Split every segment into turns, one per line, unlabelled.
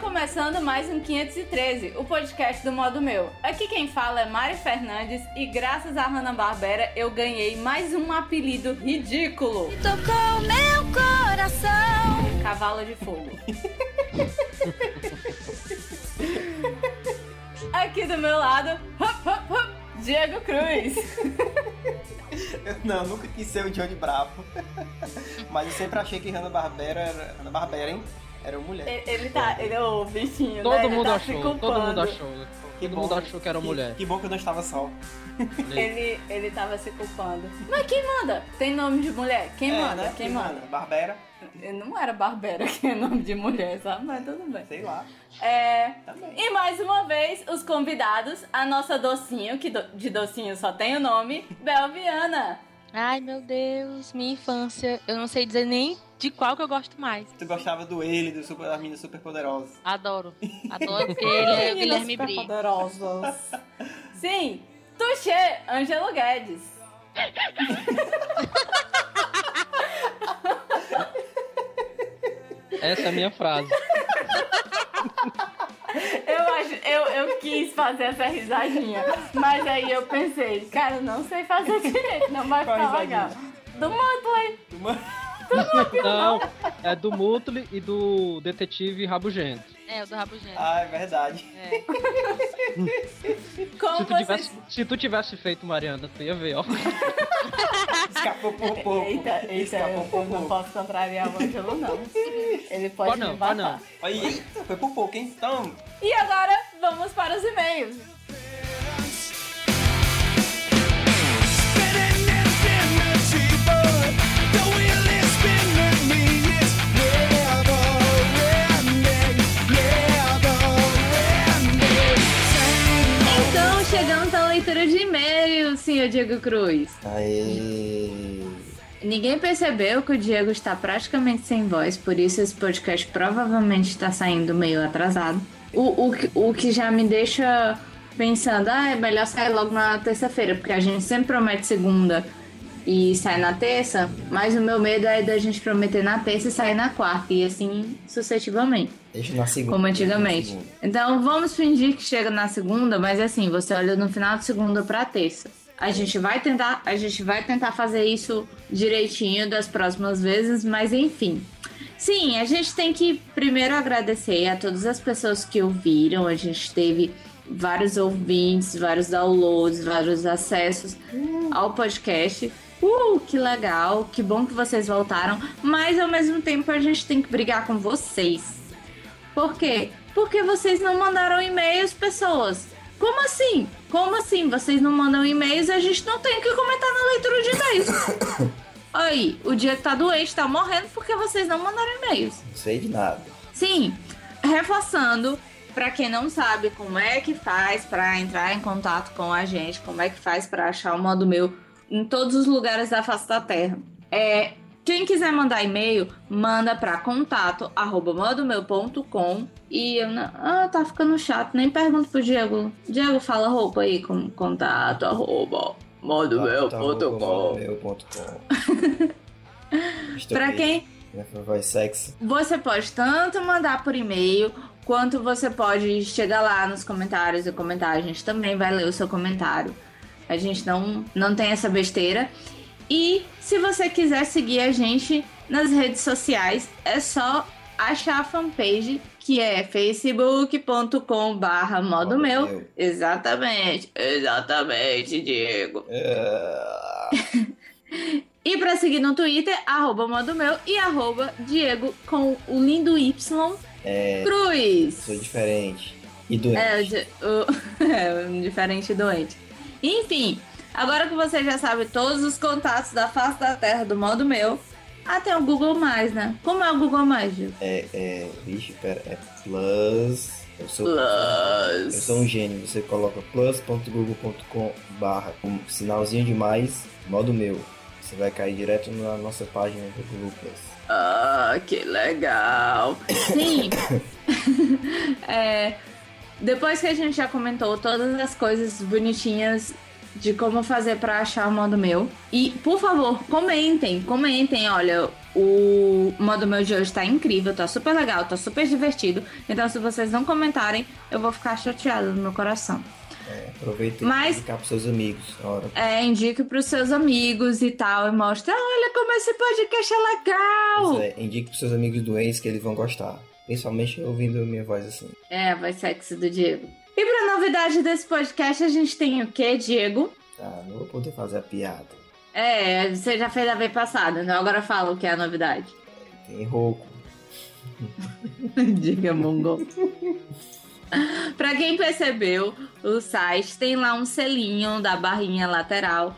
começando mais um 513, o podcast do modo meu. Aqui quem fala é Mari Fernandes e graças a Hanna-Barbera eu ganhei mais um apelido ridículo.
E tocou meu coração.
Cavalo de fogo. Aqui do meu lado, hop, hop, hop, Diego Cruz.
Não, eu nunca quis ser o Johnny Bravo. Mas eu sempre achei que Hanna Barbera era. Hanna Barbera, hein? Era uma mulher.
Ele, ele tá, ele é o bichinho, né?
Todo
Ele
mundo
tá se
achou, todo
culpando.
mundo achou. né?
Que
todo
bom.
mundo achou que era mulher.
Que bom que eu não estava só.
Ele, ele tava se culpando. Mas quem manda? Tem nome de mulher? Quem
É,
manda?
né?
Quem manda?
Barbera,
Eu Não era Barbera que é nome de mulher, sabe? Mas tudo bem.
sei lá.
É,
Também.
E mais uma vez, os convidados, a nossa docinho, que do- de docinho só tem o nome, Belviana.
Ai, meu Deus, minha infância. Eu não sei dizer nem de qual que eu gosto mais.
Tu gostava do ele, do super, das meninas super poderosas.
Adoro. Adoro porque ele é o
Meninas
Guilherme Brito.
superpoderosas. Sim, Tuxê, Ângelo Guedes.
Essa é a minha frase.
Eu, acho, eu, eu quis fazer essa risadinha, mas aí eu pensei, cara, eu não sei fazer direito, não vai
Qual
ficar legal.
risadinha?
Do Mudley.
Tu man-
Não, é do Mutli e do detetive Rabugento.
É, o do Rabugento.
Ah, é verdade.
É.
Como
Se tu,
vocês...
tivesse, se tu tivesse feito, Mariana, tu ia ver, ó.
Escapou por pouco.
Eita, eita,
Escapou
eu
por
não
pouco.
posso contrariar o Ângelo, não. Ele pode,
Pode não,
me
pode
matar.
não.
Olha, eita, foi por pouco, hein? Então,
E agora, vamos para os e-mails. Então, chegamos à leitura de e-mails, senhor Diego Cruz.
Aê!
Ninguém percebeu que o Diego está praticamente sem voz, por isso esse podcast provavelmente está saindo meio atrasado. O, o, que- o que já me deixa pensando, ah, é melhor sair logo na terça-feira, porque a gente sempre promete segunda e sai na terça, mas o meu medo é da gente prometer na terça e sair na quarta, e assim sucessivamente.
Deixa na segunda.
Como antigamente. Então vamos fingir que chega na segunda, mas assim, você olha no final de segunda pra terça. A gente vai tentar, a gente vai tentar fazer isso direitinho das próximas vezes, mas enfim. Sim, a gente tem que primeiro agradecer a todas as pessoas que ouviram. A gente teve vários ouvintes, vários downloads, vários acessos ao podcast. Uh, que legal, que bom que vocês voltaram. Mas ao mesmo tempo a gente tem que brigar com vocês. Por quê? Porque vocês não mandaram e-mails, pessoas. Como assim? Como assim? Vocês não mandam e-mails e a gente não tem o que comentar na leitura de e-mails. Aí, o Diego tá doente, tá morrendo porque vocês não mandaram e-mails.
Não sei de nada.
Sim, reforçando, para quem não sabe como é que faz para entrar em contato com a gente, como é que faz para achar o modo meu em todos os lugares da face da Terra. É, quem quiser mandar e-mail, manda para contato@modomeu.com e eu não, ah, tá ficando chato, nem pergunto pro Diego. Diego fala roupa aí com contato
Tá,
arroba, modomeu.com. Para quem
né? Vai sexy.
Você pode tanto mandar por e-mail, quanto você pode chegar lá nos comentários e comentar. A gente também vai ler o seu comentário. A gente não, não tem essa besteira. E se você quiser seguir a gente nas redes sociais, é só achar a fanpage que é facebook.com barra modo
Modo
meu.
meu.
Exatamente, exatamente, Diego.
É.
E pra seguir no Twitter, arroba modo meu e arroba Diego com o lindo Y Cruz.
É, diferente. E doente.
É, o di- o- é, um diferente doente. Enfim, agora que você já sabe todos os contatos da face da terra do modo meu, até o Google Mais, né? Como é o Google Mais, Diego?
É, vixe, pera, é plus. Eu sou, Eu
Plus.
sou um gênio. Você coloca plus.google.com barra um sinalzinho de mais, modo meu. Você vai cair direto na nossa página do Google Plus.
Ah, que legal! Sim! É, depois que a gente já comentou todas as coisas bonitinhas de como fazer pra achar o modo meu. E, por favor, comentem, comentem, olha, o modo meu de hoje tá incrível, tá super legal, tá super divertido. Então, se vocês não comentarem, eu vou ficar chateada no meu coração.
É, aproveita
Mas-
e indicar pros seus amigos. na Hora.
É, indique pros seus amigos e tal, e mostra, olha como esse podcast é legal!
Pois é, indique pros seus amigos doentes que eles vão gostar. Principalmente ouvindo a minha voz assim.
É, vai sexy do Diego. E pra novidade desse podcast, a gente tem o quê, Diego?
Tá, não vou poder fazer a piada.
É, você já fez a vez passada, então agora fala o que é a novidade.
Tem rouco.
Diga mongol. pra quem percebeu, o site tem lá um selinho da barrinha lateral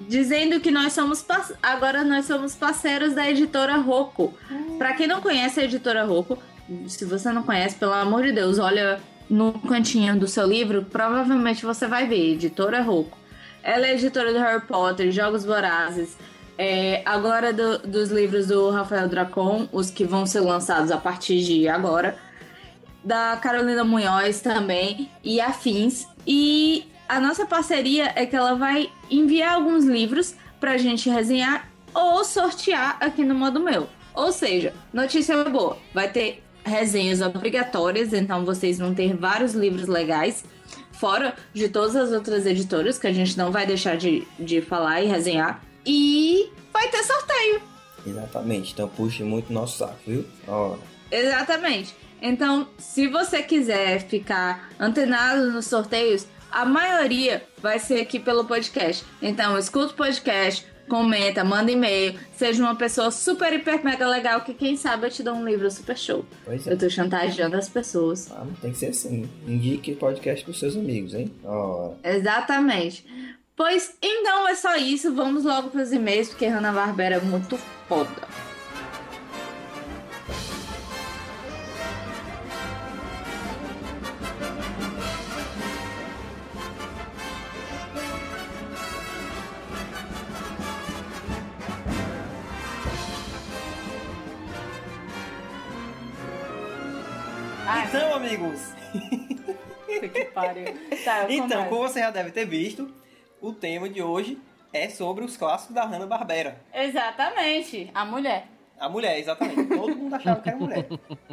dizendo que nós somos par- agora nós somos parceiros da editora Rocco. Pra quem não conhece a editora Rocco, se você não conhece, pelo amor de Deus, olha no cantinho do seu livro, provavelmente você vai ver editora Rocco. Ela é editora do Harry Potter, Jogos Vorazes, é, agora do- dos livros do Rafael Dracon, os que vão ser lançados a partir de agora. Da Carolina Munhoz também e afins. E a nossa parceria é que ela vai enviar alguns livros pra gente resenhar ou sortear aqui no modo meu. Ou seja, notícia boa, vai ter resenhas obrigatórias, então vocês vão ter vários livros legais, fora de todas as outras editoras que a gente não vai deixar de, de falar e resenhar. E vai ter sorteio.
Exatamente. Então puxe muito nosso saco, viu? Na hora.
Exatamente. Então, se você quiser ficar antenado nos sorteios, a maioria vai ser aqui pelo podcast. Então, escuta o podcast, comenta, manda e-mail, seja uma pessoa super, hiper, mega legal, que quem sabe eu te dou um livro super show.
Pois é.
Eu tô chantageando as pessoas.
Ah, não tem que ser assim. Indique o podcast pros seus amigos, hein? Na hora.
Exatamente. Pois então é só isso. Vamos logo pros e-mails, porque Hanna Barbera é muito foda.
Então, amigos,
Que pariu. Tá, eu
Então,
começo.
como você já deve ter visto, o tema de hoje é sobre os clássicos da Hanna-Barbera.
Exatamente. A mulher.
A mulher, exatamente. Todo mundo achava que era mulher.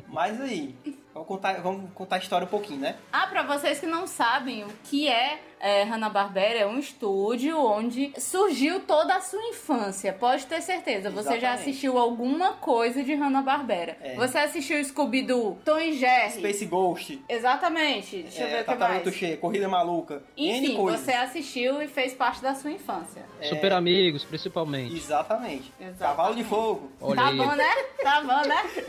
Mas aí, vamos contar, vamos contar a história um pouquinho, né?
Ah, pra vocês que não sabem o que é, é Hanna-Barbera, é um estúdio onde surgiu toda a sua infância. Pode ter certeza, você já
Exatamente.
assistiu alguma coisa de Hanna-Barbera.
É.
Você assistiu Scooby-Doo, Tom e Jerry.
Space Ghost,
Exatamente, deixa eu ver
é,
o que
Tataruga
mais.
Cheia, Corrida Maluca,
Enfim,
N coisas.
você assistiu e fez parte da sua infância.
É,
Super amigos, principalmente.
Exatamente.
Exatamente.
Cavalo de Fogo.
Olha
tá
aí.
bom, né? Tá bom, né?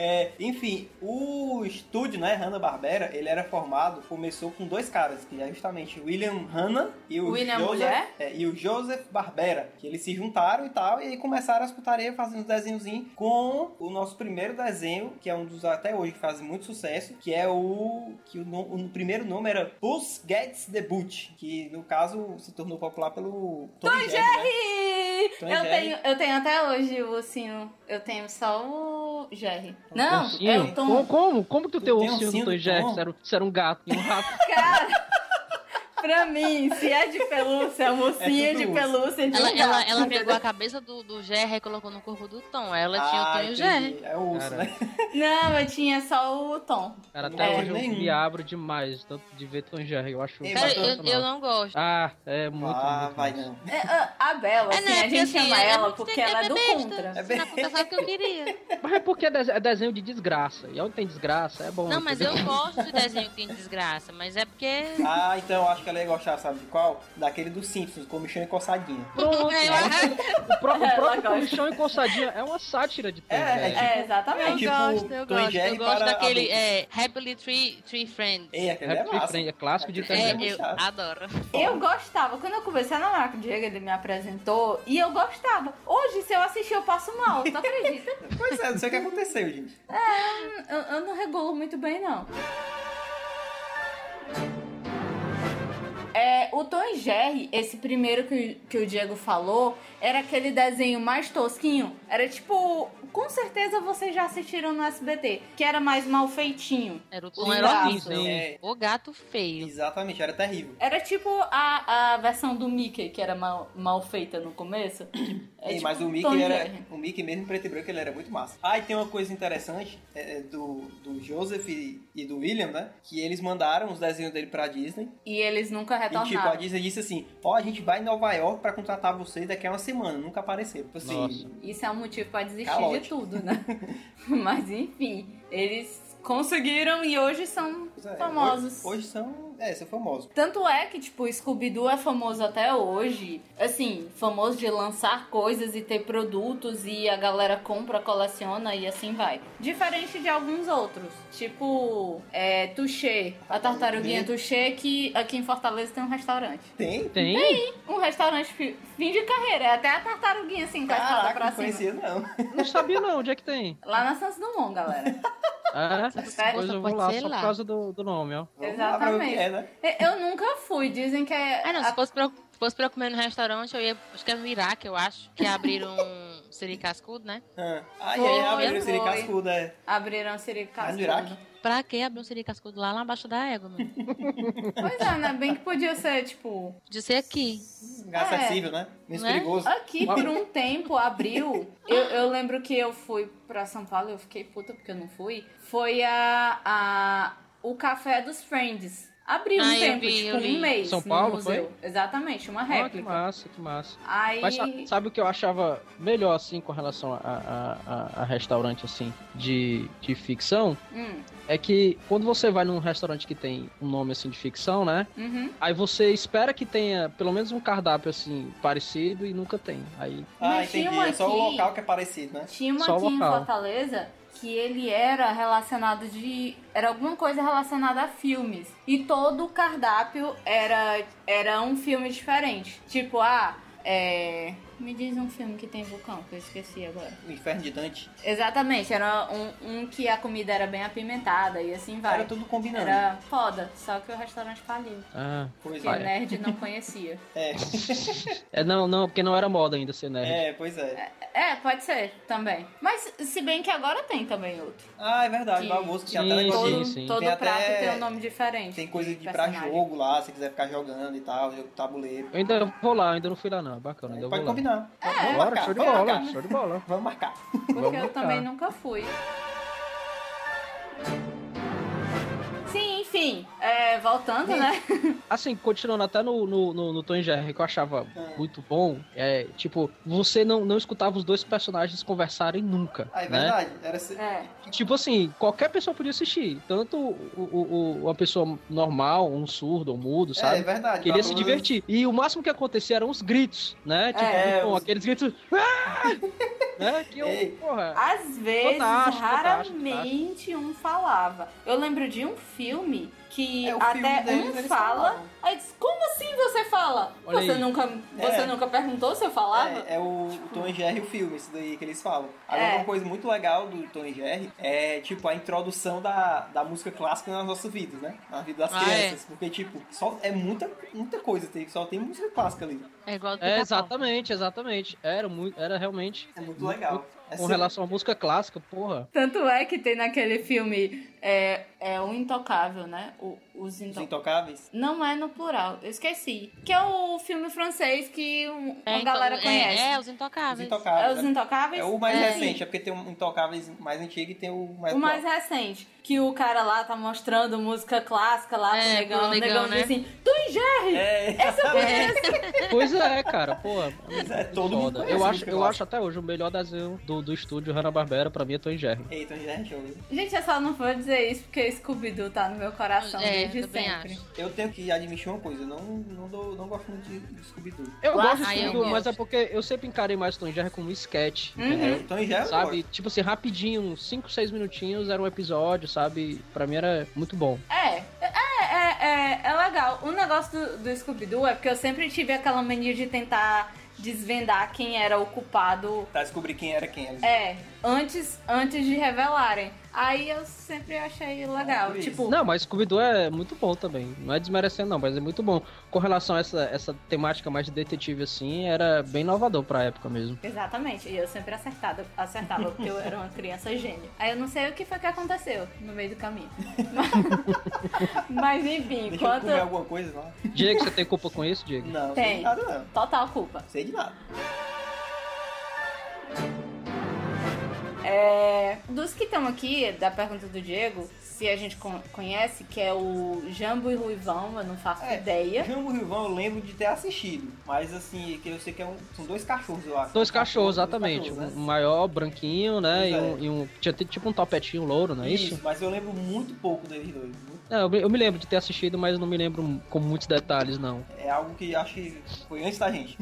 É, enfim, o estúdio, né, Hanna-Barbera, ele era formado, começou com dois caras, que é justamente William Hanna e o
William
Joseph,
Mulher?
é, e o Joseph Barbera, que eles se juntaram e tal, e aí começaram as putarias fazendo os desenhozinhos com o nosso primeiro desenho, que é um dos até hoje que faz muito sucesso, que é o que o, no- o primeiro nome era Puss Gets the Boot, que no caso se tornou popular pelo Tom, e Jerry, né?
Ih,
Tom e
Eu
Jerry.
tenho, eu tenho até hoje o sino. Eu tenho só o Jerry.
O
Não,
Ursinho?
é o Tom.
Como, como? Como que tu tem o
Tem um
ursinho
ursinho
do Tom
do
Jack?
Tom?
Você era, você era um gato e um rato.
Cara, pra mim, se é de pelúcia, é mocinha
É
de
tudo
pelúcia de
Ela,
gato.
ela, ela pegou a cabeça do, do GR e colocou no corpo do Tom. Ela tinha o
Ah,
Tom e o GR.
entendi. É o urso,
Cara.
né?
Não, eu tinha só o tom.
Cara,
Não
até
é
hoje eu
nenhum.
me abro demais tanto de ver Tom e Jerry. Eu acho.
Ei,
Cara,
Bastante,
eu, eu não gosto.
Ah, é muito.
ah,
muito
vai
massa.
não.
É, a- A Bela,
É,
assim,
não, é
a
porque
gente
assim,
chama
é-
ela
é-
porque
tem-
ela é do
besta.
contra.
É
Se não aconteceu o que eu queria.
Mas é porque é dese- é desenho de desgraça. E onde tem desgraça, é bom.
Não, mas eu
entendeu?
gosto de desenho que tem desgraça. Mas é porque.
Ah, então acho que ela ia gostar, sabe de qual? Daquele dos Simpsons, com o Michel Coçadinha.
Pronto,
é,
é
Eu-
é
o próprio,
Ela
o próprio
gosta.
Comichão e Coçadinha é uma sátira de né, Tom e
É, é
Jerry.
tipo-
É,
Eu
exatamente.
tipo
gosto, eu
Tom e
gosto.
Jerry
Eu gosto
para
daquele
adultos.
é, Happily Tree, Tree Friends.
Ei, aquele é
Rap Tree
massa.
Friend, é clássico de
É,
Tom e
É,
Jerry.
muito
eu
chato.
adoro.
tipo
Eu gostava. Quando eu comecei a namorar com o Diego, ele me apresentou e eu gostava. Hoje, se eu assistir, eu passo mal. Tu acredita?
Pois é, não sei o que aconteceu, gente.
eu, eu não regulo muito bem, não. É, o Tom e Jerry, esse primeiro que, que o Diego falou, era aquele desenho mais tosquinho. Era tipo. co- com certeza vocês já assistiram no SBT, que era mais mal feitinho.
Era o
Sim,
Tom era
sim.
horrível.
É,
O gato feio.
exatamente, era terrível.
Era tipo a, a versão do Mickey, que era mal, mal feita no começo. É
Ei,
tipo
mas o Mickey,
Tom e
era,
Jerry.
o Mickey mesmo preto e branco, ele era muito massa. Ah, e tem uma coisa interessante é, do, do Joseph e, e do William, né? Que eles mandaram os desenhos dele pra Disney.
E eles nunca
E tipo, a
retornaram.
Disney disse assim: Ó, a gente vai em Nova York pra contratar vocês daqui a uma semana. Nunca apareceram. Tipo assim,
Nossa.
Isso é um motivo pra desistir de
Calote.
tudo, né? mas enfim, eles conseguiram e hoje são
pois é,
famosos.
Hoje, hoje são. É, são famosos.
Tanto é que, tipo, o Scooby-Doo é famoso até hoje. Assim, famoso de lançar coisas e ter produtos e a galera compra, coleciona e assim vai. Diferente de alguns outros. Tipo, é, Tuxê. A tartaruguinha Tuxê, que aqui em Fortaleza tem um restaurante.
Tem?
Tem?
Um restaurante fi- fim de carreira. É até a tartaruguinha, assim, encastada
Caraca,
pra
não
cima.
conhecia não.
Não sabia não, onde é que tem?
Lá na Santos Dumont, galera.
Ah,
Sério?
Hoje eu vou
Pode
lá
ser
só
lá.
por causa do, do nome, ó.
Vamos lá pra ver o que é, né?
Eu- Eu nunca fui. Dizem que é...
Ah, não,
a-
se fosse pra, eu- se fosse pra eu comer no restaurante, eu ia. Acho que era no Iraque, eu acho. Que abriram um siri cascudo, né?
Ah, ai,
Foi,
ai, abriu esse de
foi.
cascudo, é.
abriram o Siricascudo.
Mas no Iraque?
Pra que abrir um siri cascudo lá, lá abaixo da égua, mano?
Pois é, né? Bem que podia ser, tipo...
Podia ser aqui.
Um lugar
É.
acessível, né? Menos
Né?
perigoso.
Aqui, por um tempo, abriu. Eu, eu lembro que eu fui pra São Paulo, eu fiquei puta porque eu não fui. Foi a, a, o Café dos Friends. Abriu
Ah,
um
eu
tempo,
vi,
tipo,
eu vi.
um mês.
São
no
Paulo,
museu. Exatamente, uma
Ah, que
réplica.
massa, que massa.
Aí.
Mas tá- sa- sabe o que eu achava melhor, assim, com relação a, a, a- a restaurante, assim, de, de ficção?
Hum,
É que quando você vai num restaurante que tem um nome, assim, de ficção, né?
uhum.
Aí você espera que tenha pelo menos um cardápio, assim, parecido e nunca tem. Aí,
Ah,
Mas tinha
entendi.
um
É só o
aqui.
local que é parecido, né?
Tinha uma
Só o
aqui em
local.
Fortaleza que ele era relacionado de. Era alguma coisa relacionada a filmes. E todo o cardápio era, era um filme diferente. Tipo, ah, é. Me diz um filme que tem vulcão, que eu esqueci agora.
O inferno de Dante.
Exatamente, era um, um que a comida era bem apimentada e assim vai.
Era tudo combinando.
Era foda, só que o restaurante faliu.
ah,
Pois
Porque
Vai.
o
é.
nerd não conhecia.
É,
é, não, não, porque não era moda ainda ser nerd.
é, pois é.
É, pode ser também. Mas se bem que agora tem também outro.
Ah, é verdade.
Sim.
No almoço tinha
Sim,
até negócio.
Todo, um
de-
sim.
todo
Tem até-
prato tem um nome diferente.
Tem coisa de pra
personagem.
jogo lá, se quiser ficar jogando e tal, jogo de tabuleiro.
Eu ainda vou lá, ainda não fui lá, não. É bacana, ainda
Pode
vou lá.
combinar.
É,
Vamos
Bora, show de
vamos
bola,
marcar.
show de bola.
Vamos marcar.
Porque eu
marcar.
também nunca fui. Sim, enfim. é, voltando, né?
Assim, continuando até no, no, no, no Tom e Jerry, que eu achava
Ah.
muito bom, é, tipo, você não, não escutava os dois personagens conversarem nunca,
Ah, é
né?
verdade. Era se-
É.
Tipo assim, qualquer pessoa podia assistir, tanto o, o, o- uma pessoa normal, um surdo, um mudo,
É, é
sabe?
verdade.
Queria se
Tava-
divertir. E o máximo que acontecia eram os gritos, né? Tipo,
É,
pô,
os-
aqueles gritos... "Ah!" né? Que eu,
Ei.
porra...
Às vezes,
Fantástico, fantástico,
raramente um falava. Eu lembro de um filme que
É, o filme
até
deles,
um
eles
fala.
falavam.
Aí diz, como assim você fala?
Olha
Você
aí.
nunca, você
É.
nunca perguntou se eu falava?
É, é o Tom e Jerry o filme, isso daí que eles falam. Agora,
É.
uma coisa muito legal do Tom e Jerry é, tipo, a introdução da, da música clássica nas nossas vidas, né? Na vida das
Ah,
crianças. Porque, tipo, só, é muita, muita coisa, tem, só tem música clássica ali.
É igual do
É,
pica-pau.
exatamente, exatamente. Era muito, era realmente
É muito legal. É
com
sempre-
relação à música clássica, porra.
Tanto é que tem naquele filme é, é o Intocável, né? O- os
Os
Intocáveis.
Intocáveis?
Não é no plural, eu esqueci. Que é o filme francês que um- uma
É, então,
galera
é-
conhece.
É,
É,
os intocáveis.
Os
os
Intocáveis. né?
Intocáveis?
É o mais
Sim.
recente, é porque tem um Intocáveis mais antigo e tem o mais
O mais
novo.
recente, que o cara lá tá mostrando música clássica lá pro
É,
negão,
pro
o
negão,
negão
né?
diz assim, tu e Jerry!
É,
Pois é, cara, porra.
é, todo mundo
Foda.
conhece
Eu
a
acho,
música
eu acho
clássica.
até hoje o melhor desenho do, do estúdio Hanna-Barbera, pra mim, é Tom e Jerry.
Ei, Tom e Jerry, show.
Gente, eu só não vou dizer isso porque Scooby-Doo tá no meu coração
É,
desde
também
sempre.
acho.
Eu tenho que admitir uma coisa, eu não, não, dou, não gosto muito de de Scooby-Doo.
Eu
Ah,
gosto de
eu
Scooby-Doo,
gosto.
mas é porque eu sempre encarei mais Tom e Jerry como um sketch,
Uhum.
entendeu?
É, o Tom e Jerry eu
Sabe? Tipo assim, rapidinho, uns 5, 6 minutinhos, era um episódio, sabe? Pra mim era muito bom.
É, é, é, é, é legal. O negócio do, do Scooby-Doo é porque eu sempre tive aquela mania de tentar desvendar quem era o culpado.
Tá, descobrir quem era quem. Eles
É, antes, antes de revelarem. Aí eu sempre achei legal.
por isso.
tipo,
Não, mas Scooby-Doo é muito bom também. Não é desmerecendo, não, mas é muito bom. Com relação a essa, essa temática mais de detetive, assim, era bem inovador pra época mesmo.
Exatamente, e eu sempre acertada, acertava, porque eu era uma criança gênio. Aí eu não sei o que foi que aconteceu no meio do caminho. Mas, mas enfim,
Deixa eu
enquanto.
comer alguma coisa lá.
Diego, você tem culpa com isso, Diego?
Não,
Tem.
sei de nada não.
Total culpa.
Sei de nada.
É, dos que estão aqui, da pergunta do Diego, se a gente con- conhece, que é o Jambo e Ruivão, eu não faço
É.
ideia.
Jambo Rivão eu lembro de ter assistido, mas assim, que eu sei que é um- são dois cachorros, eu acho.
Dois cachorros,
dois
exatamente.
cachorros,
Um
né?
maior, branquinho, né?
Pois
E
é.
um, e um- Tinha t- tipo um topetinho louro, não é isso?
mas eu lembro muito pouco deles dois. Muito-
Não, eu, me- eu me lembro de ter assistido, mas não me lembro com muitos detalhes, não.
É algo que acho que foi antes da gente.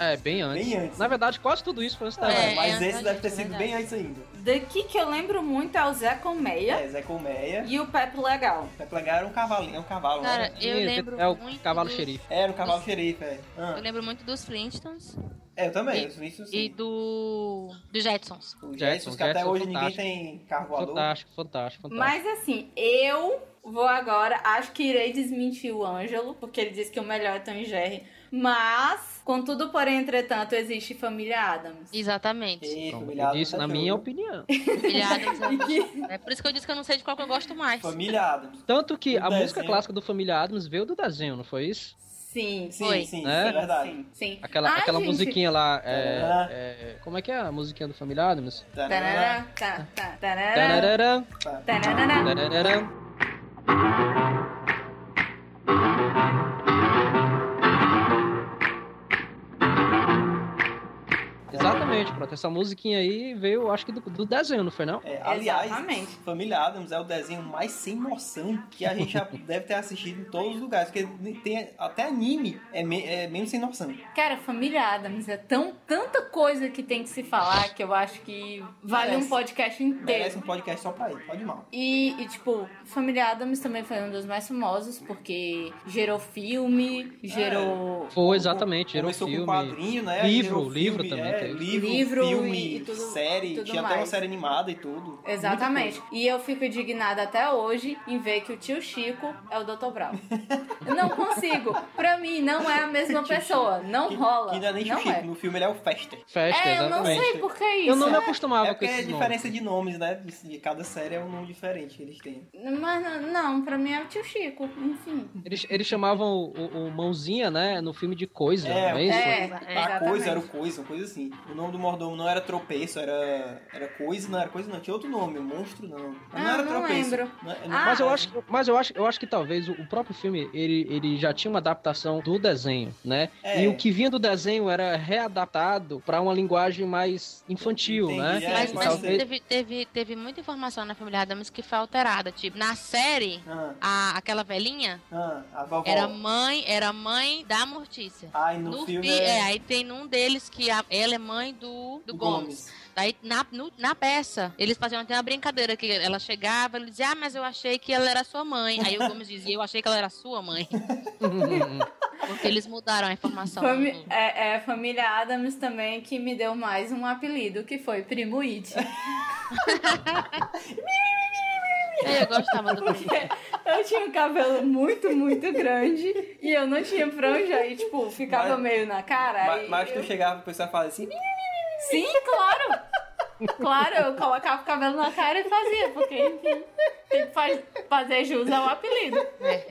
É, bem antes.
Bem antes.
Na verdade, quase tudo isso foi antes da
É,
época.
mas
é
esse
antes da
deve ter
gente,
sido
é
bem antes ainda.
Daqui que eu lembro muito é o Zé Colmeia
É, Zé Colmeia.
e o Pepe Legal.
Vai plegar era um cavalinho, é um cavalo,
Cara,
né?
eu
Sim,
lembro
É o
muito
cavalo
dos-
xerife.
Era um cavalo xerife, é. Ah,
Eu lembro muito dos Flintstones
é, eu também,
e-
os Vinícius
e
sim.
do. do Jetsons.
Os
Jetson,
Jetsons, que até
Jetson,
hoje ninguém
fantástico.
tem carro voador.
Fantástico, fantástico, fantástico.
Mas assim, eu vou agora, acho que irei desmentir o Ângelo, porque ele disse que o melhor é Tom e Jerry. Mas, contudo, porém, entretanto, existe Família Adams.
Exatamente.
Como
Ei,
Então, eu
familiar,
disse,
tá
na
tudo.
minha opinião.
Família Adams.
E que-
É por isso que eu disse que eu não sei de qual que eu gosto mais.
Família Adams.
Tanto que
Do
a música
desenho.
clássica do Família Adams veio do desenho, não foi isso?
Sim,
Sim,
Foi.
sim,
Né?
é verdade.
sim, sim.
Aquela,
Ah,
Ai,
aquela
gente.
musiquinha lá. É,
Tarará.
é, como é que é a musiquinha do Família Adams?
Tarará,
Tarará, tá, tá, tarará,
Tarará,
tá.
tarará.
tarará. Exatamente, pronto. Essa musiquinha aí veio, acho que do, do desenho, não foi não?
É, aliás,
Exatamente.
Família Adams é o desenho mais sem noção que a gente já deve ter assistido em todos os lugares, porque tem até anime é, me- é menos sem noção.
Cara, Família Adams é tão, tanta coisa que tem que se falar que eu acho que vale
Merece.
um podcast inteiro.
Merece um podcast só pra ele, pode mal.
E, e, tipo, Família Adams também foi um dos mais famosos, porque gerou filme, gerou
Foi, exatamente. Era um
Começou
filme.
com quadrinho, né?
Livro,
Gerou
livro
filme,
também
é,
teve.
livro,
Livro
filme,
e tudo-
série,
tudo
tinha até uma
mais.
série animada e tudo.
Exatamente. E eu fico indignada até hoje em ver que o tio Chico é o Dr. Brown. Eu não consigo. Pra mim, não é a mesma pessoa. Não
Que-
rola.
Que não é nem
não
Chico,
é.
no filme ele é o Fester.
Festa,
É, eu não
exatamente.
sei por que isso.
Eu não me acostumava
é
com
porque é
esse nome.
diferença de nomes, né? De de cada série é um nome diferente que eles têm.
Mas não- não, pra mim é o tio Chico, enfim.
Eles, eles chamavam o, o- o Mãozinha, né? No filme de coisa,
É,
não é isso?
É,
A coisa era o
exatamente.
coisa, uma coisa assim. O nome do mordomo não era tropeço, era, era coisa, não era coisa, não. Tinha outro nome, monstro não. Mas
Ah,
não era
não
tropeço.
lembro.
Não- é, não-
Ah,
Mas eu acho, que- mas eu acho, eu acho que talvez o- o próprio filme ele, ele já tinha uma adaptação do desenho, né?
É.
E o que vinha do desenho era readaptado pra uma linguagem mais infantil,
Entendi,
né?
é,
Mas,
pode
mas
ser.
teve, teve, teve muita informação na Família Adams que foi alterada. Tipo, na série,
Ah,
a, aquela velhinha
ah, a vovó.
era mãe, era mãe da Mortícia.
Ai, no,
No
filme
fi- é,
é...
aí tem um deles que a- ela é mãe do, do Gomes. Aí na, no- na peça, eles faziam até uma brincadeira que ela chegava, ele dizia, ah, mas eu achei que ela era sua mãe. Aí o Gomes dizia, eu achei que ela era sua mãe.
Uhum,
Porque eles mudaram a informação.
Fami-
no-
é, é, família Adams também que me deu mais um apelido, que foi Primo It.
É, Eu gostava do Gomes.
Eu tinha um cabelo muito, muito grande e eu não tinha franja e, tipo, ficava
Mas-
meio na cara.
Mas,
e
mas tu
eu-
chegava e o pessoal falava assim, "Ih,
Sim, claro! Claro, eu colocava o cabelo na cara e fazia, porque, enfim, tem que faz- fazer jus ao apelido.
É,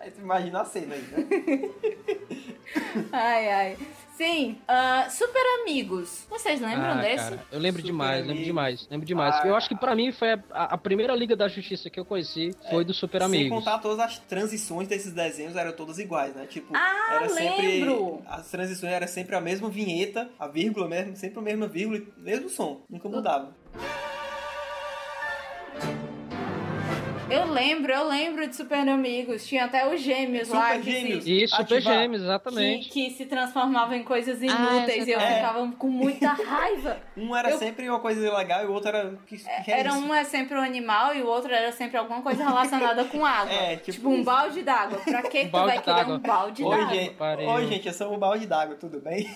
aí tu imagina a cena aí, né?
Ai, ai. Sim, ah, Super Amigos. Vocês lembram
Ah,
desse?
cara, eu lembro
Super
demais, lembro
Amigos.
demais, lembro demais.
Ah.
Eu acho que pra mim foi a, a primeira Liga da Justiça que eu conheci foi do Super
É, Sem
Amigos.
contar todas as transições desses desenhos eram todas iguais, né? Tipo,
Ah,
era
lembro!
sempre. As transições eram sempre a mesma vinheta, a vírgula mesmo, sempre a mesma vírgula, e mesmo som, nunca mudava.
Eu lembro, eu lembro de Super Amigos. Tinha até os gêmeos lá.
Super
que se-
Gêmeos.
E Super
Ativar.
Gêmeos,
Que,
exatamente.
que se transformavam em coisas inúteis
essa
e eu
é.
ficava com muita raiva.
Um era
Eu-
sempre uma coisa legal e o outro era. Que, que é
Era
isso?
um é sempre um animal e o outro era sempre alguma coisa relacionada com água.
É,
tipo,
tipo
um
isso.
balde d'água. Pra que tu
balde
vai querer um
d'água.
balde
Oi,
d'água?
gente. um
Pariu.
Oi, gente, eu sou o balde d'água, tudo bem?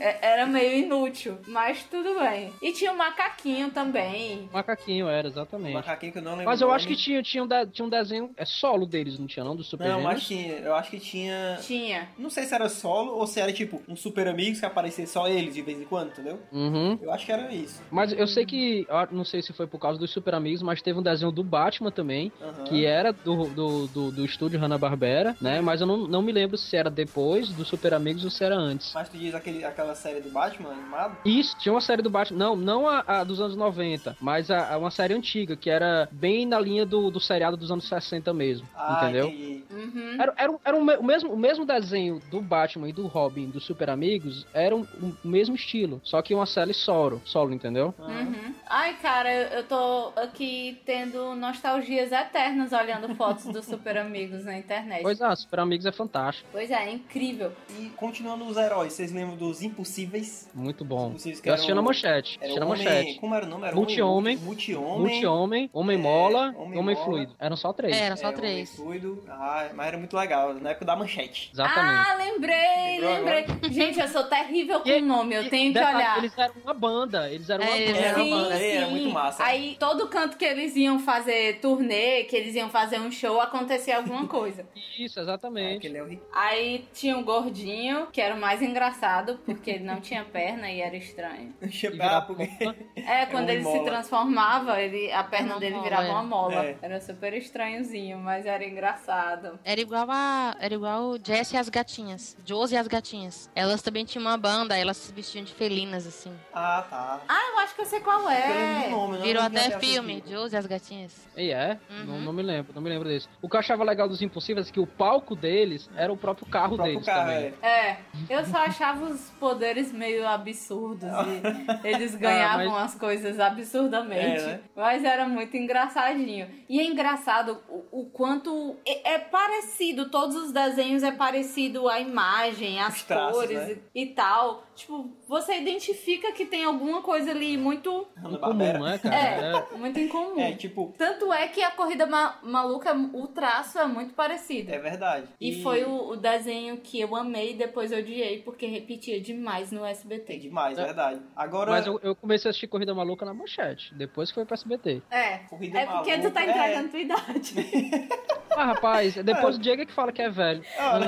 É- Era meio inútil, mas tudo bem. E tinha o macaquinho também.
Macaquinho era,
Um
exatamente.
macaquinho que eu não lembro.
Mas
o
eu
nome.
acho que tinha, tinha, um, de- tinha um desenho é solo deles, não tinha não? Do Super
Não,
Gêmeos?
mas tinha. Eu acho que tinha.
Tinha.
Não sei se era solo ou se era tipo um super amigos que aparecia só eles de vez em quando, entendeu?
Uhum.
Eu acho que era isso.
Mas eu
Uhum.
sei que, ah, não sei se foi por causa dos Super Amigos, mas teve um desenho do Batman também,
Aham.
que é- era do, do, do, do estúdio Hanna-Barbera, né? Mas eu não, não me lembro se era depois do Super Amigos ou se era antes.
Mas tu diz aquele, aquela série do Batman animado?
Isso, tinha uma série do Batman, não, não a, a dos anos 90, mas a, a uma série antiga, que era bem na linha do, do seriado dos anos 60 mesmo, entendeu?
Ah, entendi.
Uhum.
Era, era, um- era um me- o, mesmo, o mesmo desenho do Batman e do Robin, dos Super Amigos, era um- um- o mesmo estilo, só que uma série solo, solo entendeu?
Aham.
Uhum. Ai, cara, eu eu tô aqui tendo nostalgias eternas olhando fotos dos Super Amigos na internet.
Pois é, Super Amigos é fantástico,
Pois é, incrível.
E continuando os heróis, vocês lembram dos Impossíveis?
muito bom.
Impossíveis que
Eu
era
assistia
o-
na manchete,
um Era
assistia na
o homem-
manchete.
Como era o nome? Era
Multi-homem.
Multi-homem.
Multi-Homem,
É,
Homem-Mola,
Homem-Mola.
Homem-Fluido. Eram só três.
Era
É,
só
homem
três.
fluido. Ah, mas era muito legal, na época da manchete.
Exatamente.
Ah, lembrei,
Lembrou
lembrei. Gente, eu sou terrível com
E-
nome, eu tenho que
Detalhe,
olhar.
Eles eram uma banda, eles eram
É,
uma
eles
banda.
Era
Sim,
uma banda, era
sim.
muito massa.
Aí todo canto que eles iam fazer turnê, que eles iam fazer um show, acontecia alguma coisa.
Isso, exatamente.
Aquele é o Rick.
Aí tinha o gordinho, que era o mais engraçado, porque ele não tinha perna e era estranho.
Ah, porque-
É, quando
uma
ele se
mola.
transformava, ele, a perna
Uma
dele
mola,
virava
é.
uma mola.
É.
Era super estranhozinho, mas era engraçado.
Era igual a. Era igual o Jess e as gatinhas. Josie e as gatinhas. Elas também tinham uma banda, elas se vestiam de felinas, assim.
Ah, tá.
Ah, eu acho que eu sei qual
Eu lembro
é.
do nome, né? eu não
Virou
lembro
até
de assistir.
filme, Josie e as gatinhas.
E é?
Uhum.
Não, não me lembro, não me lembro desse. O que eu achava legal dos Impossíveis é que o palco deles era o próprio carro
O próprio
deles
carro,
também.
é.
É, eu só achava os poderes meio absurdos e eles ganhavam as coisas absurdamente.
Ah, É, né?
Mas era muito engraçadinho. E é engraçado o, o quanto. É, é parecido, todos os desenhos é parecido a imagem, as
Os traços,
cores
né?
e, e tal. Tipo, você identifica que tem alguma coisa ali muito.
Hanna-Barbera.
Incomum, né, cara? É.
É, muito incomum.
É, tipo,
Tanto é que a corrida ma- maluca, o traço é muito parecido.
é verdade.
E foi o, o desenho que eu amei e depois odiei, porque repetia demais no
Tem
SBT.
demais, é verdade. Agora,
Mas eu, eu comecei a assistir Corrida Maluca na manchete, depois que foi pra SBT.
É.
Corrida
É porque tu
Maluca,
tá
é.
entregando tua idade.
Ah, rapaz, depois o Diego é que fala que é velho.
Ah,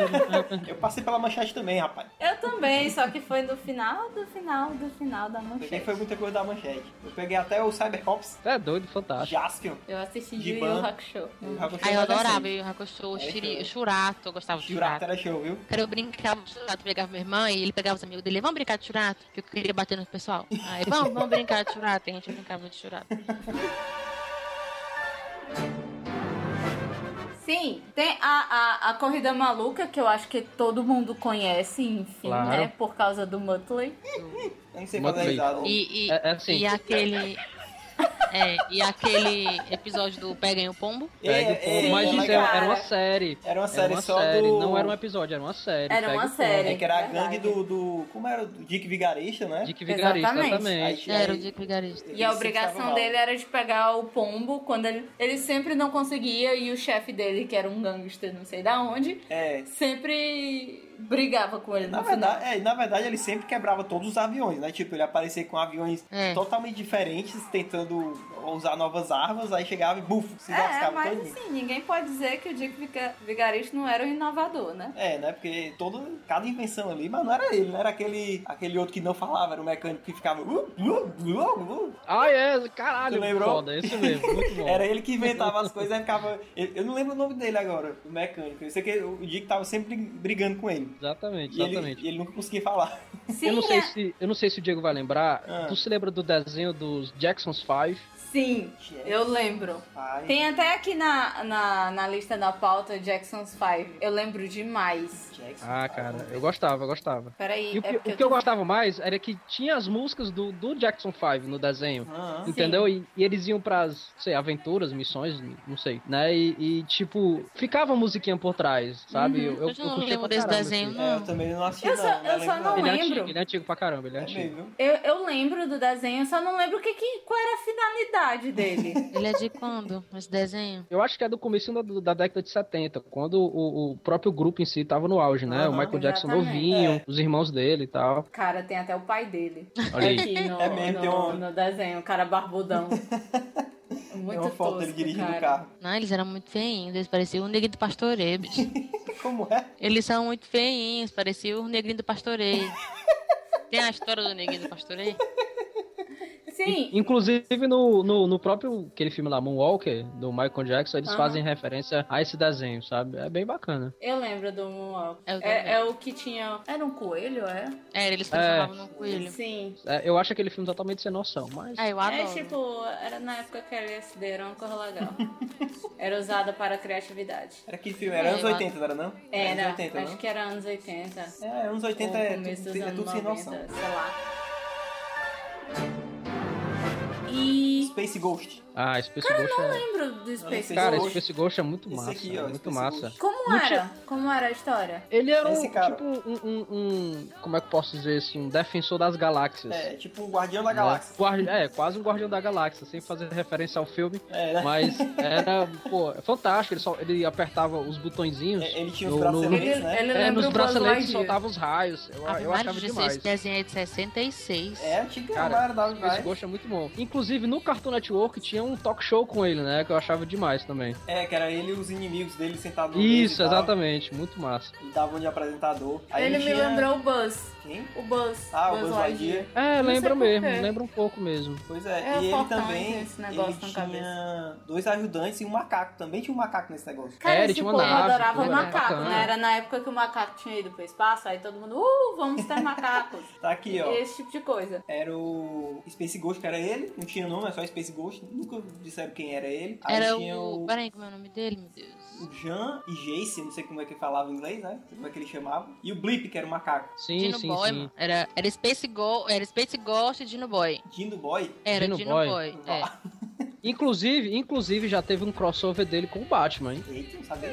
eu passei pela manchete também, rapaz.
Eu também, só que foi no final do final do final da
Peguei
manchete.
foi muita coisa da manchete. Eu peguei até o Cybercops,
É doido, fantástico.
Jaspion.
Eu assisti
De
Yu
ban.
Yu Hakusho.
o Hakusho
Aí eu
era
adorava,
decente.
eu Hakusho, o
É,
Shiri-
cara.
o Churato, eu gostava de Churato.
Jurata era show, viu?
Cara, eu brincava de churato, pegava minha irmã e ele pegava os amigos dele, vamos brincar de churato? Que eu queria bater no pessoal. Aí, vamos, vamos brincar de churato. E a gente brincava de churato.
Sim, tem a, a, a Corrida Maluca, que eu acho que todo mundo conhece, enfim,
Claro.
né? Por causa do Muttley.
Eu não sei
Muito
fazer
bem.
risada.
E, e,
É, é assim.
e aquele... É, e aquele episódio do Peguem o Pombo.
Pega o
É,
povo.
é,
Mas
é
isso
legal.
era, era uma série.
Era uma
Era
série
uma
só
série,
do...
não era um episódio, era uma série.
Era
Pega
uma
o povo.
série.
É que era a
Verdade.
gangue do, do... Como era? Do Dick Vigarista, né?
Dick Vigarista,
Exatamente.
exatamente.
Aí-
Era o
aí-
Dick Vigarista.
ele
E a
sempre
obrigação
estava
dele era de pegar o pombo quando ele, ele sempre não conseguia e o chefe dele, que era um gangster não sei da onde,
mal. É.
sempre brigava com ele
Na
no final.
verdade, é, na verdade, ele sempre quebrava todos os aviões, né? Tipo, ele aparecia com aviões
É.
totalmente diferentes, tentando usar novas armas, aí chegava e buf, se
É,
lascava
mas
todo mundo.
assim, ninguém pode dizer que o Dick Vica- Vigarista não era um inovador, né?
É, né? Porque todo, cada invenção ali, mas não era ele, não era aquele, aquele outro que não falava, era o mecânico que ficava. "Uh, uh, uh, uh".
Ah, é, caralho.
Tu lembrou?
Foda, isso mesmo, muito bom.
Era ele que inventava as coisas e ficava. Eu, eu não lembro o nome dele agora, o mecânico. Eu sei que o Dick tava sempre brigando com ele.
Exatamente,
E ele,
exatamente.
e ele nunca conseguia falar.
Sim,
eu, não sei
é-
se, eu não sei se o Diego vai lembrar.
Ah.
Tu se lembra do desenho dos Jackson's Five?
sim, eu lembro.
Ai,
Tem até aqui na, na, na lista da pauta Jackson's Five. Eu lembro demais.
Jackson,
Ah, cara, eu gostava, eu gostava.
Peraí,
E o,
é
que,
porque
o que eu
tô-
gostava mais era que tinha as músicas do, do Jackson 5 no desenho.
Aham.
Entendeu? E, e eles iam pras, sei, aventuras, missões, não sei, né? E, e, tipo, ficava a musiquinha por trás, sabe?
Uhum.
Eu, eu,
Eu não
curtia
lembro
pra
desse
caramba,
desenho,
assim.
não.
É, eu também não assisti.
Eu
não,
só- eu só
lembro
não
Ele é,
lembro.
antigo, ele é antigo pra caramba, ele é
É
antigo.
mesmo.
Eu, eu lembro do desenho, só não lembro o que, que qual era a idade dele.
Ele é de quando? Esse desenho?
Eu acho que é do começo da, da década de 70, quando o, o próprio grupo em si tava no auge, né?
Aham,
o Michael Jackson
exatamente.
novinho,
É.
os irmãos dele e tal.
Cara, tem até o pai dele.
Olha aí.
Aqui no,
É mesmo, tem
no,
um-
no desenho, o cara barbudão. Muito
Tem É uma foto dele
tosco,
dirigindo
cara.
o carro.
Não, né? eles eram muito feinhos. Eles pareciam o negrinho do pastoreio, bicho.
Como é?
Eles são muito feinhos, pareciam o negrinho do pastoreio. Tem a história do negrinho do pastoreio?
Sim,
Inclusive no, no, no próprio aquele filme lá, Moonwalker, do Michael Jackson, eles
Aham.
fazem referência a esse desenho, sabe? É bem bacana.
eu lembro do Moonwalk.
Eu também.
É, é o que tinha. Era um coelho, é?
É, eles transformavam num coelho.
Sim.
É, eu acho aquele filme totalmente sem noção, mas.
Ah, eu adoro.
É tipo, era na época que a LSD era uma cor legal. era usada para criatividade.
Era aquele filme, era
É,
anos
eu-
80, não era não?
Era,
anos 80,
acho
não?
que era anos 80.
É, anos
ou
80 é,
começo
tudo,
dos
é
anos
tudo sem
90,
noção.
sei lá. E
Space Ghost. É,
Ah, Space Ghost é.
lembro do Space
Cara, tipo,
Cara,
Ghost.
esse Space Ghost é muito
Esse
massa.
aqui,
é
ó,
muito
Space
massa.
Ghost.
Como
não
era? Como era a história?
Ele era um,
Esse cara.
tipo, um, um- um- Como é que eu posso dizer assim? Um defensor das galáxias. né?
É, tipo um Guardião da Galáxia.
Guardi- É, quase um Guardião da Galáxia, sem fazer referência ao filme.
É, né?
Mas era, pô, é fantástico. Ele, só, ele apertava os botõezinhos.
É, Ele tinha
No-
os
no-
braceletes,
Ele,
né?
ele
É,
lembra
nos
o Buzz
braceletes
Lightyear.
soltava os raios. Ah, Eu,
A
eu achava demais.
esse desenho é de 66.
É, antigo
Cara,
era da
Esse gosto é muito bom. Inclusive, no Cartoon Network tinha um talk show com ele, né? Que eu achava demais também.
É, que era ele e os inimigos dele sentados no mesa
Isso,
e tal,
exatamente. Muito massa.
E davam de apresentador. Aí
Ele me
tinha-
lembrou o Buzz.
Quem?
O Buzz.
Ah, o
Buzz
Buzz Lightyear.
É,
Não sei
lembra
por
mesmo.
quê.
Lembra um pouco mesmo.
Pois é,
É
e ele
fortão,
também
tem esse negócio
ele
na
tinha dois ajudantes e um macaco. Também tinha um macaco nesse negócio.
Cara,
É, ele
esse
tinha
povo
uma nave,
adorava o
tudo, era
macaco,
bacana.
né? Era na época que o macaco tinha ido pro espaço, aí todo mundo, uh, vamos ter macacos.
Tá aqui, ó.
Esse tipo de coisa.
Era o Space Ghost, que era ele. Não tinha nome, é só Space Ghost. Nunca disseram quem era ele. Aí
Era
tinha
o...
o...
Peraí, como é o nome dele, meu Deus?
o Jean e Jace, não sei como é que falava em inglês, né? Como é que ele chamava. E o Blip, que era o macaco.
Sim,
Dino
sim,
Boy,
sim.
mano. Era, era, Space Go... era Space Ghost e Dino Boy.
Dindo Boy.
Era
Dino
Dino,
Boy?
Boy. é.
Inclusive, inclusive, já teve um crossover dele com o Batman, hein?
Eita, não sabia.
Hum.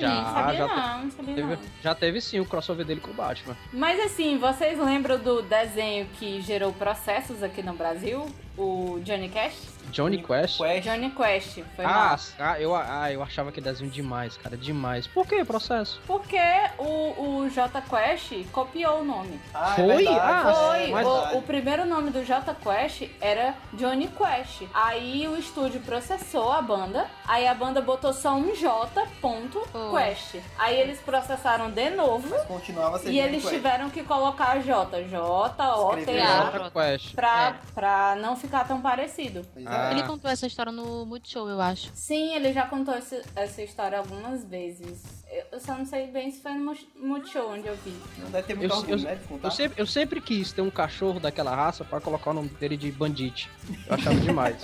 não
Já,
sabia
Ah, já tá.
não, não sabia não.
teve. Já teve sim o crossover dele com o Batman.
Mas assim, vocês lembram do desenho que gerou processos aqui no Brasil? O Johnny Cash?
Johnny Quest.
Quest.
Johnny Quest, foi
Ah,
mal.
ah, eu, ah, eu achava que desenho demais, cara. Demais. Por que processo?
Porque o, o J Quest copiou o nome.
Ah, é
Foi?
verdade,
Ah,
é
Foi,
mas-
verdade.
o, o primeiro nome do J Quest era Johnny Quest. Aí o estúdio processou a banda, aí a banda botou só um J ponto
Oh.
Quest. Aí eles processaram de novo
Mas continuava sendo
e eles
Quest.
tiveram que colocar J, J, O, T,
Escreveu.
A,
Ah,
Jota
pronto.
Quest.
pra, pra não ficar tão parecido.
Pois é.
Ah.
Ele contou essa história no Multishow, eu acho.
Sim, ele já contou esse- essa história algumas vezes. Eu só não sei bem se foi no Multi- Multishow onde eu vi.
Não deve ter muito
Eu-
orgulho, né? de contar.
Eu sempre, eu sempre quis ter um cachorro daquela raça pra colocar o nome dele de Bandit. Eu achava demais.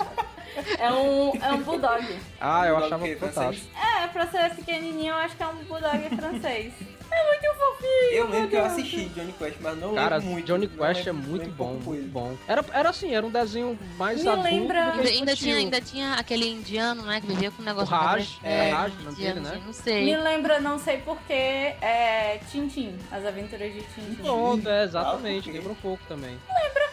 É um, é um bulldog.
Ah, eu
Bulldog
achava
que é
fantástico.
É, pra ser pequenininho, eu acho que é um bulldog francês.
Eu lembro que eu assisti Johnny Quest, mas não
Cara,
lembro muito. né?
Johnny
não
Quest é
lembro-
muito
lembro
bom,
pouca coisa.
muito bom. Era, era assim, era um desenho mais
Me
adulto
lembra-
do que
Ainda, ainda
infantil.
tinha, ainda tinha aquele indiano, né? Que vivia com um
O
negócio.
Raj,
É,
era Raj, o nome dele,
indiano, assim,
né?
não
Me
sei.
lembra, não sei porquê, é Tintim, as aventuras de Tintim.
Pronto, é, exatamente.
Claro.
Lembra um pouco também.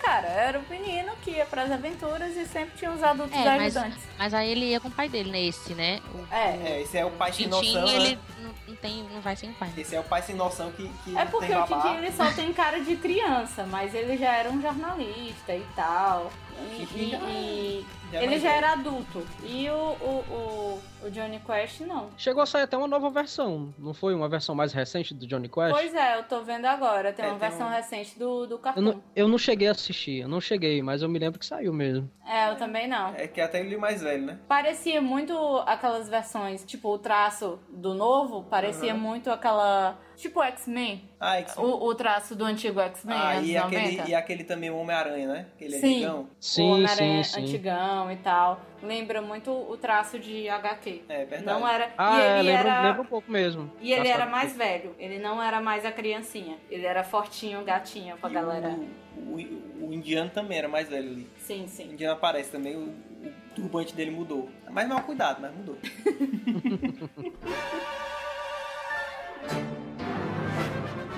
Cara, era um menino que ia pras aventuras e sempre tinha os adultos
É, mas-
ajudantes.
Mas aí ele ia com o pai dele, né? Esse, né?
É.
É, esse é o pai
O
sem
Tintin,
noção.
ele
né?
não, não tem, não vai sem pai.
Esse é o pai sem noção que, que
É
não
porque
tem
o
babá.
Tintim ele só tem cara de criança, mas ele já era um jornalista e tal. E-
Tintim já-
e- e
é
ele
mais
já
velho.
era adulto. E o, o, o, o Johnny Quest não.
Chegou a sair até uma nova versão, não foi? Uma versão mais recente do Johnny Quest?
Pois é, eu tô vendo agora. Tem
É,
uma
tem
versão
um-
recente do, do
Eu
cartoon.
não, eu não cheguei a assistir, eu não cheguei, mas eu me lembro que saiu mesmo.
É, eu também não.
É que até ele é mais velho, né?
Parecia muito aquelas versões, tipo, o traço do novo, parecia
Aham.
muito aquela. Tipo X-Men.
Ah, e, que-
O, o traço do antigo X-Men,
ah,
anos
e,
90.
aquele, e aquele também, o Homem-Aranha, né? Aquele
Sim.
antigão.
Sim,
o
sim,
Homem-Aranha
sim.
antigão e tal. Lembra muito o traço de HQ.
É verdade.
Não era.
Ah,
e
é,
ele
lembra,
era.
lembra um pouco mesmo.
E ele
Tá
era
certo.
mais velho, ele não era mais a criancinha. Ele era fortinho, gatinho pra
E
galera.
O, o, o indiano também era mais velho ali.
Sim,
O
sim.
indiano aparece também, o, o turbante dele mudou. Mas mal cuidado, mas mudou.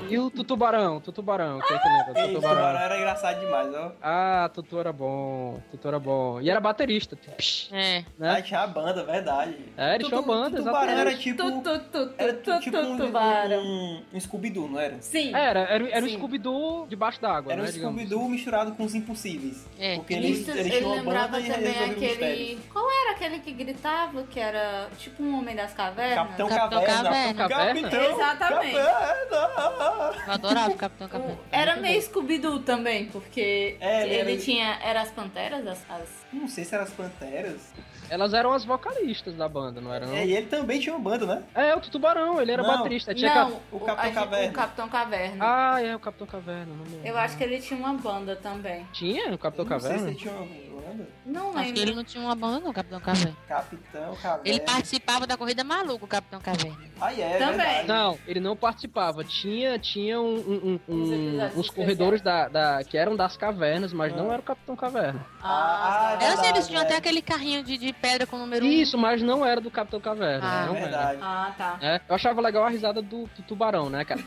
E o Tutubarão, Tutubarão, que é que lembra?
Ei, tubarão
Tutubarão.
era engraçado demais, ó.
Ah, Tutu era bom, Tutu era bom. E era baterista. tipo, Psh,
É.
Ah,
né?
tinha a banda, verdade.
É, ele tinha uma banda,
Tubarão
exatamente.
era tipo...
Tu, tu, tu,
Era
tu, tu,
tipo
tu,
um,
tubarão.
um, um Scooby-Doo, não era?
Sim.
É, Era, era, era o
Sim.
Scooby-Doo debaixo d'água,
Era um
né, digamos.
Scooby-Doo misturado com os Impossíveis.
É.
Porque eles,
Listas-
eles
ele
tinham uma
lembrava
banda e
também
resolviam mistérios.
aquele. Qual era aquele que gritava que era tipo um homem das cavernas? Um,
Capitão
Capitão
Caverna.
Caverna.
Caverna?
Capitão é.
Exatamente.
Caverna.
Eu adorava o Capitão Capitão.
Era meio Scooby-Doo também, porque
É, ele
ele,
era-
tinha. Era as panteras? As, as-
Não sei se eram as Panteras.
Elas eram as vocalistas da banda, não eram?
É,
É,
e ele também tinha uma banda, né?
o Tutubarão, ele era
Não.
baterista. Tinha ca-
Não,
o Capitão
a-
Caverna.
o Capitão Caverna.
Ah, é, o Capitão Caverna, não me lembro.
Eu acho que ele tinha uma banda também.
Tinha o Capitão
não sei se
Caverna?
ele tinha uma banda.
Não
Acho que ele
lembro.
não tinha uma banda, não, o Capitão Caverna.
Capitão Caverna.
Ele participava da corrida maluca, o Capitão Caverna.
Ah, é,
Também.
verdade.
Não, ele não participava. Tinha, tinha um, um- um-
Uns
um-
episódios
uns
especiais.
corredores da, da- que eram das cavernas, mas não era o Capitão Caverna.
Ah,
tá.
Era assim, eles
Verdade,
tinham
é.
até aquele carrinho de, de pedra com o número 1.
Isso, mas não era do Capitão Caverna.
Ah,
não era.
verdade.
Ah, tá.
É, eu achava legal a risada do, do tubarão, né, cara?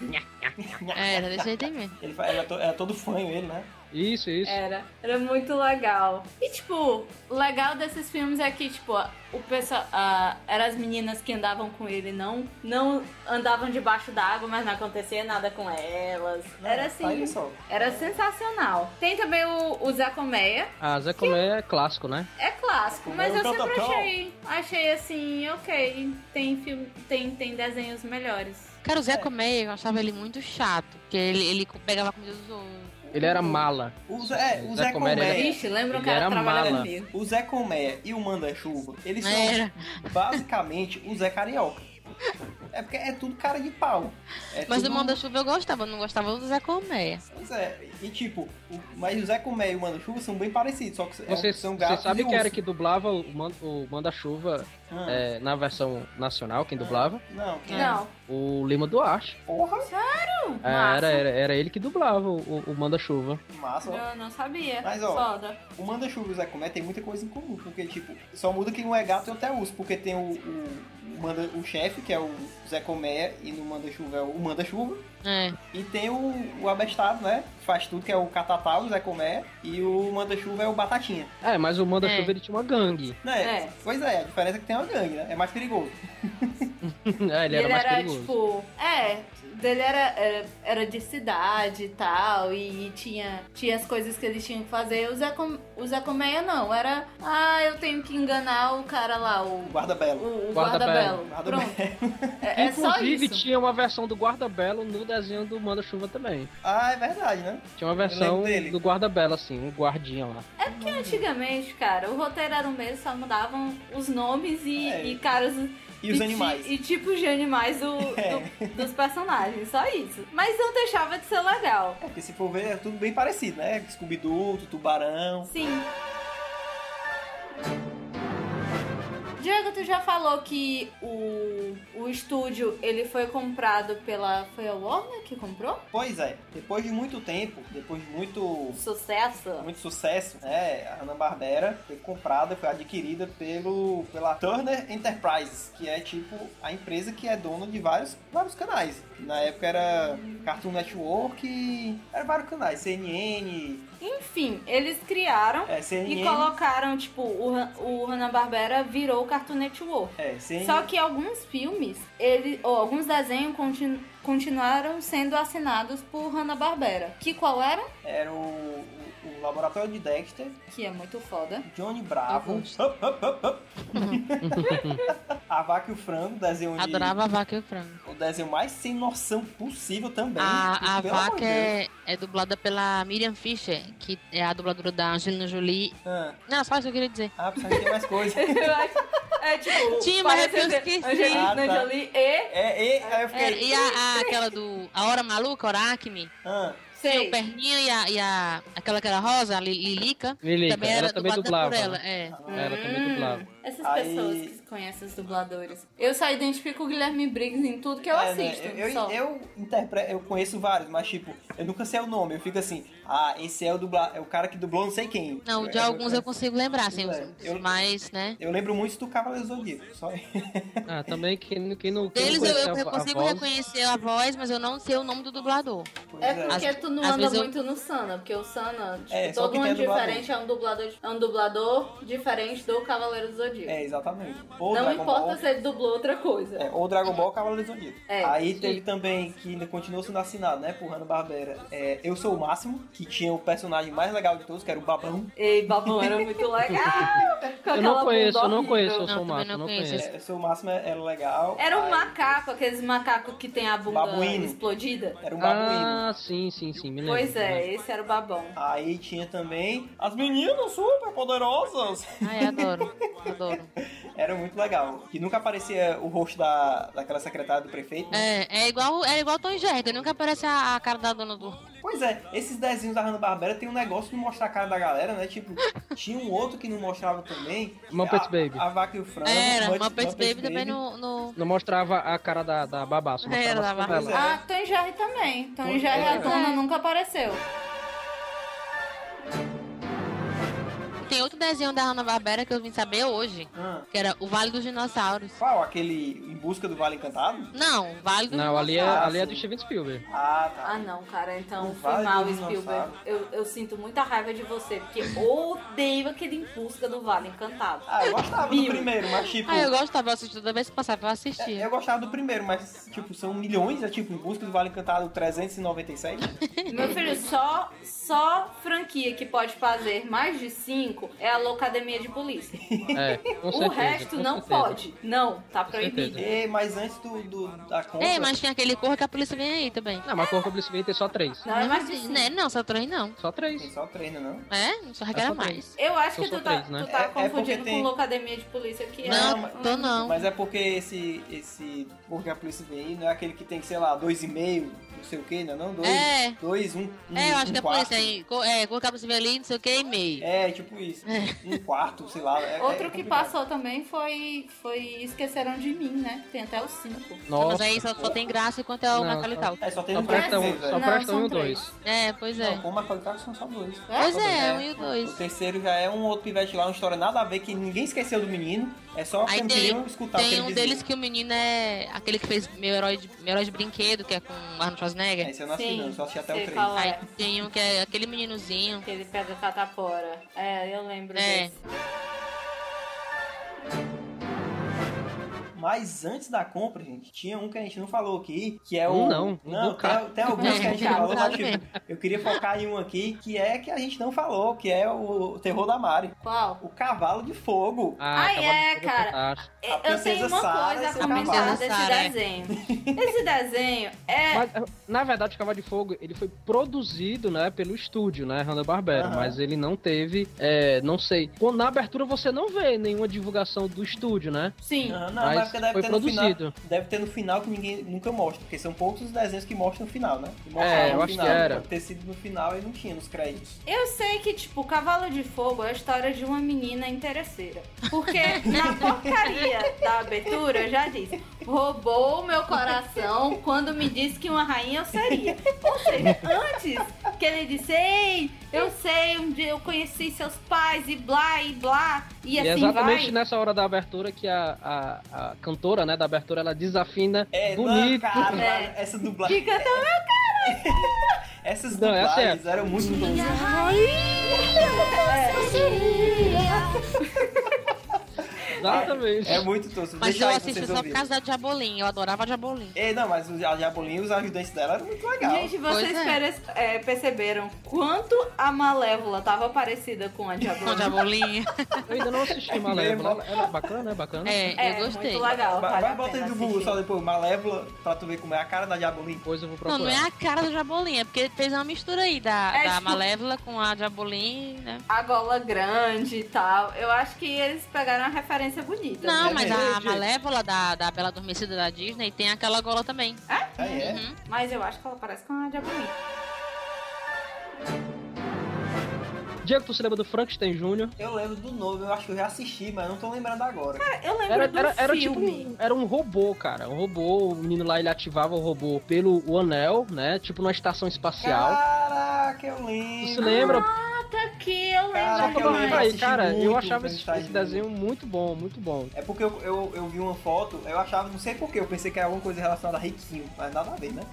É, Era desse jeito aí mesmo.
Ele fa- era, to- era todo fã ele, né?
Isso, isso.
Era. Era muito legal. E, tipo, o legal desses filmes é que, tipo, a- o pessoal. a- Eram as meninas que andavam com ele, não, não andavam debaixo d'água, mas não acontecia nada com elas. Era
Olha
assim.
só.
Era sensacional. Tem também o, o Zé Colmeia.
Ah, Zé Colé é clássico, né?
É clássico,
O
mas eu
Mero
um
sempre
Protocol.
achei. Achei assim, ok. Tem, filme, tem, tem desenhos melhores.
Cara, o Zé Comeia, eu achava ele muito chato. Porque ele, ele pegava a comida dos outros.
Ele era mala.
O Zé, o
Zé Comédia
Zé Colmeia.
É.
Vixe, lembra o
Ele
cara
era
que trabalhava
mala.
comigo.
O Zé Colmeia e o Manda Chuva, eles são
né? Era.
basicamente o Zé Carioca. É porque é tudo cara de pau. É
Mas do
tudo...
Manda Chuva eu gostava, eu não gostava do Zé Comeia.
Pois é, e tipo, o... mas o Zé Colmeia e o Manda Chuva são bem parecidos, só que é-
Você,
são
você
gatos
sabe
e
que era
urso.
que dublava o, man- o Manda-Chuva
Ah,
é, na versão nacional, quem dublava?
Não,
É.
que
Não,
O Lima Duarte.
porra,
É, Era, era, era ele que dublava o, o Manda-Chuva.
massa. ó.
eu não sabia.
Mas, ó,
Foda.
O Manda Chuva e o Zé Colmeia tem muita coisa em comum, porque tipo, só muda que um é gato e outro é urso, porque tem o, o, o manda... o chefe, que é o Zé Colmeia, e no Manda Chuva é o Manda Chuva.
É.
E tem o, o abestado, né? que Faz tudo, que é o Catatá, o Zé Comé. E o Manda-Chuva é o Batatinha.
É, mas o Manda-Chuva
É.
ele tinha uma gangue.
Né?
É.
Pois é, a diferença é que tem uma gangue, né? É mais perigoso.
é, ele
E
era mais perigoso.
tipo. É, dele era, era, era de cidade e tal, e tinha, tinha as coisas que ele tinha que fazer. O Zé, Com, o Zé Colmeia não, era. Ah, eu tenho que enganar o cara lá, o.
O guarda-belo.
O, o
Guarda-belo.
guarda-belo.
Guarda-belo.
Pronto. É, é só
Inclusive,
isso.
tinha uma versão do Guarda-Belo no desenho do Manda-Chuva também.
Ah, é verdade, né?
Tinha uma versão
lembro dele.
do Guarda-Belo, assim, um guardinha lá.
Que antigamente, cara, o roteiro era o mesmo, só mudavam os nomes e,
É.
e caras.
E os
ti-
animais. É.
E tipos de animais do, do- dos personagens, só isso. Mas não deixava de ser legal.
É, porque se for ver, é tudo bem parecido, né? Scooby-Doo, Tubarão.
Sim. Diego, tu já falou que o, o estúdio ele foi comprado pela. Foi a Warner que comprou?
Pois é, depois de muito tempo, depois de muito,
Sucesso?
muito sucesso, né? A Hanna-Barbera foi comprada, foi adquirida pelo, pela Turner Enterprises, que é tipo a empresa que é dona de vários, vários canais. Na época era Cartoon Network, era vários canais, CNN,
Enfim, eles criaram
É, CNN.
e colocaram, tipo, o, Han- o Hanna-Barbera virou o Cartoon Network.
É, CNN.
Só que alguns filmes, ele, ou alguns desenhos continu- continuaram sendo assinados por Hanna-Barbera. Que qual era?
Era o, o, o Laboratório de Dexter,
Que é muito foda.
Johnny Bravo,
Augusto.
Hup, hup, hup, hup. A Vaca e o Frango, desenho de-
Adorava a vaca e o frango.
o desenho mais sem noção possível também.
A, a
Pelo amor de
vaca é, é dublada pela Miriam Fisher, que é a dubladora da Angelina Jolie.
Deus. Ah,
Não, só isso que eu queria dizer.
ah, precisa ter mais coisa.
é tipo.
Tinha, mas
parece
eu
ser
esqueci.
Angelina
Ah, tá.
Jolie e.
É, e, aí eu
Era-
fiquei.
e a, a- aquela do. A Hora Maluca, Hora Acme,
Ah,
o
Sei.
Perninha e a, e a- aquela que era rosa, a Li- Lilica.
Lilica,
também
ela
era
também
dublada
dublava.
por ela. É.
Hum.
Ela também dublava.
Essas
tá Aí-
pessoas que conhecem os dubladores. Eu só identifico o Guilherme Briggs em tudo que eu
É, né,
assisto.
Eu,
só.
eu, eu interpreto, eu conheço vários, mas tipo, eu nunca sei o nome. Eu fico assim, ah, esse é o dubla, é o cara que dublou não sei quem.
Não, de
É, Eu-
alguns eu consigo lembrar, assim, os,
É,
os
eu-
mais, né?
Eu lembro muito do Cavaleiro do Zodíaco, só
Ah, também quem, quem não. Quem
Deles
não
eu,
conhece
eu
a- a
consigo
voz-
reconhecer a voz, mas eu não sei o nome do dublador.
Pois
É porque tu não
às
anda
vezes eu-
muito no Sana, porque o Sana, tipo,
né? É, só
todo
que tem
mundo
dublador.
diferente é um dublador, é um dublador diferente do Cavaleiro do Zodíaco.
É, exatamente. Ou
não
Dragon
importa
Ball,
se ele dublou outra coisa.
é, ou Dragon Ball Cavaleiro do Zodíaco.
É,
Aí
sim.
teve também, que ainda continuou sendo assinado, né, por Hanna-Barbera, é, Eu Sou o Máximo, que tinha o personagem mais legal de todos, que era o Babão.
Ei, babão, era muito legal. Com
Eu
aquela
não conheço, eu
bunda
não conheço, eu
horrível.
sou
Não, também
mato,
não
eu não
conheço.
conheço.
É, eu Sou o Máximo era legal.
Era um
Aí-
macaco, aqueles macacos que tem a bunda
Babuíno.
explodida.
Era um babuíno.
Ah, sim, sim, sim, me lembro.
Pois é, esse era o babão.
Aí tinha também as meninas super poderosas.
Ai, adoro, adoro.
Era muito legal. E nunca aparecia o rosto da, daquela secretária do prefeito. né?
É, é igual, é igual Tom e Jerry, nunca aparece a, a cara da dona do...
Pois é, esses desenhos da Hanna-Barbera tem um negócio de mostrar a cara da galera, né? Tipo, tinha um outro que não mostrava também. é
Muppet
a,
Baby.
A vaca e o frango.
Era,
Muppet-
Muppet
Muppet
Baby também no... no...
Não mostrava a cara da, da babá, só mostrava
Era da
só
babá.
ela.
É.
Ah, Tom e Jerry também. Tom e Jerry, a
Jerry.
dona
É.
nunca apareceu.
Tem outro desenho da Hanna-Barbera que eu vim saber hoje,
Ah,
que era o Vale dos Dinossauros.
qual? Aquele Em Busca do Vale Encantado?
Não, Vale dos
Não, ali é,
Dinossauros.
ali é do Steven Spielberg.
Ah, tá.
Ah não, cara, então
Não
foi
vale
mal,
do
Spielberg.
dinossauro.
Eu, eu sinto muita raiva de você, porque eu odeio aquele em busca do Vale Encantado.
Ah, eu gostava do
Bill.
primeiro, mas tipo...
Ah, eu gostava, eu assistia toda vez que passava, eu
é,
assistia.
eu gostava do primeiro, mas, tipo, são milhões, é tipo, em busca do Vale Encantado 397.
Meu filho, só, só franquia que pode fazer mais de cinco é a Locademia de Polícia.
É, com certeza.
o resto
com
não
certeza.
pode. Não, tá proibido.
Ei, É, mas antes do, do- da compra...
É, mas tinha aquele corra que a polícia vem aí também.
Não, mas Corpo Blitzway tem só três.
Não é mais de
Não,
cinco.
né? não, só três não.
Só
Tem
três.
só treino, não?
É? Não só
É
regra
só
mais.
Eu acho
São
que
só
tu tá,
três, né?
tu tá
É- é porque
confundindo
tem-
com Locademia de Polícia, que
Não, tá
é...
mas-
tô não.
Mas é porque esse, esse porque a polícia vem aí não é aquele que tem, sei lá, dois e meio, não sei o que, não é não? Dois,
É.
dois um, um,
É, eu acho
um
que é por
quarto.
isso aí. Co- É, corra que a polícia vem ali, não sei o que, e meio.
É, tipo isso. Um quarto, sei lá. é- é
Outro que
complicado.
passou também foi, foi Esqueceram de Mim, né? Tem até os cinco.
Mas
Nossa.
aí só, só tem graça enquanto é o
Não,
Macaulay
só-
Culkin.
É, só tem
Só
um
presta um,
terceiro,
só
velho.
Não,
presta um e
são
o dois.
É, pois é.
Não, como a Colicard são só dois.
Pois é,
Só
um e o
O
dois.
terceiro já é um outro pivete lá, uma história nada a ver, que ninguém esqueceu do menino. É só o
Aí
campinho escutar o que
Tem
ele
um
dizia.
deles que o menino é aquele que fez meu herói de, meu herói de brinquedo, que é com Arnold Schwarzenegger.
É, esse eu não assisti,
Sim,
não. Eu só assisti até
sei
o três.
qual
Aí
é.
tem um que é aquele meninozinho.
Que ele pega catapora. É, eu lembro
É.
desse.
Mas antes da compra, gente, tinha um que a gente não falou aqui, que é o.
Um não, um
não
bocado.
tem, tem alguns que a gente
É,
não falou, mas
bocado
tipo, eu queria focar em um aqui, que é que a gente não falou, que é o terror da Mari.
Qual?
O cavalo de fogo.
Ah,
Ai,
tava
é,
tudo
cara.
fantástico.
A
Eu tenho
princesa
uma
Sarah e
coisa a
seu
comentar
cavalo.
desse
Sarah, é.
desenho. Esse desenho é.
Mas, na verdade, o Cavalo de Fogo, ele foi produzido, né, pelo estúdio, né, Hanna-Barbera,
Aham.
mas ele não teve, é, não sei, Pô, na abertura você não vê nenhuma divulgação do estúdio, né,
Sim.
Não, não, mas é
mas
porque deve
foi
ter no final.
produzido.
Deve ter no final que ninguém nunca mostra, porque são poucos os desenhos que mostram no final, né? Que mostram
É,
no
eu acho
final.
que era.
Pode ter sido no final e não tinha nos créditos.
Eu sei que, tipo, Cavalo de Fogo é a história de uma menina interesseira. Porque na porcaria da abertura já diz: roubou meu coração quando me disse que uma rainha eu seria. Ou seja, antes que ele disse: ei, eu sei, um dia eu conheci seus pais e blá e blá, e,
E é
assim
exatamente
vai.
nessa hora da abertura que a, a, a cantora, né, da abertura, ela desafina
É, não,
bonito.
cara,
É.
essa dublagem.
Fica tão
Essas
Não, é essa
dublagens eram muito boas.
É,
Exatamente.
É muito tosco.
Mas
Deixa
eu
aí pra
assisti
vocês
só por
ouvirem.
causa da Diabolinha, eu adorava a Diabolinha.
É, não, mas o- a Diabolinha e os ajudantes dela eram muito legal.
Gente, vocês
Pois é.
pere- é, perceberam quanto a Malévola tava parecida com a
Com a
Diabola?
Diabolinha.
Eu ainda não assisti Malévola. Ela é bacana, é bacana.
É,
É,
eu gostei.
muito legal.
Vai,
vale
vai
a
bota aí
pena
no Google
assistir.
só depois, Malévola, pra tu ver como é a cara da Diabolinha.
Depois eu vou procurar.
Não, não é a cara da Diabolinha, é porque fez uma mistura aí da,
É,
da
tipo-
Malévola com a Diabolinha, né?
a gola grande e tal. Eu acho que eles pegaram uma referência bonita. né?
Não,
é
mas a
verdade.
Malévola da, da Bela Adormecida da Disney tem aquela gola também.
Ah, é?
Uhum.
Mas eu acho que ela parece com a Diabolinha.
Diego, tu se lembra do Frankenstein Jr.?
Eu lembro do nome, eu acho que eu já assisti, mas não tô lembrando agora.
Ah, Eu lembro
Era,
do
era, era tipo
filme.
um, era um robô, cara. Um robô, o menino lá ele ativava o robô pelo o anel, né? Tipo numa estação espacial.
Caraca, eu
Tu
lembro.
se lembra?
Tá aqui, eu
Só
Caraca,
lembro
pra lembrar
eu lembro,
demais.
aí,
assisti
cara, eu
muito tá
achava esse,
Frankenstein
esse desenho muito bom, muito bom.
É porque eu, eu, eu vi uma foto, eu achava, não sei porquê, eu pensei que era alguma coisa relacionada a riquinho, mas nada a ver, né?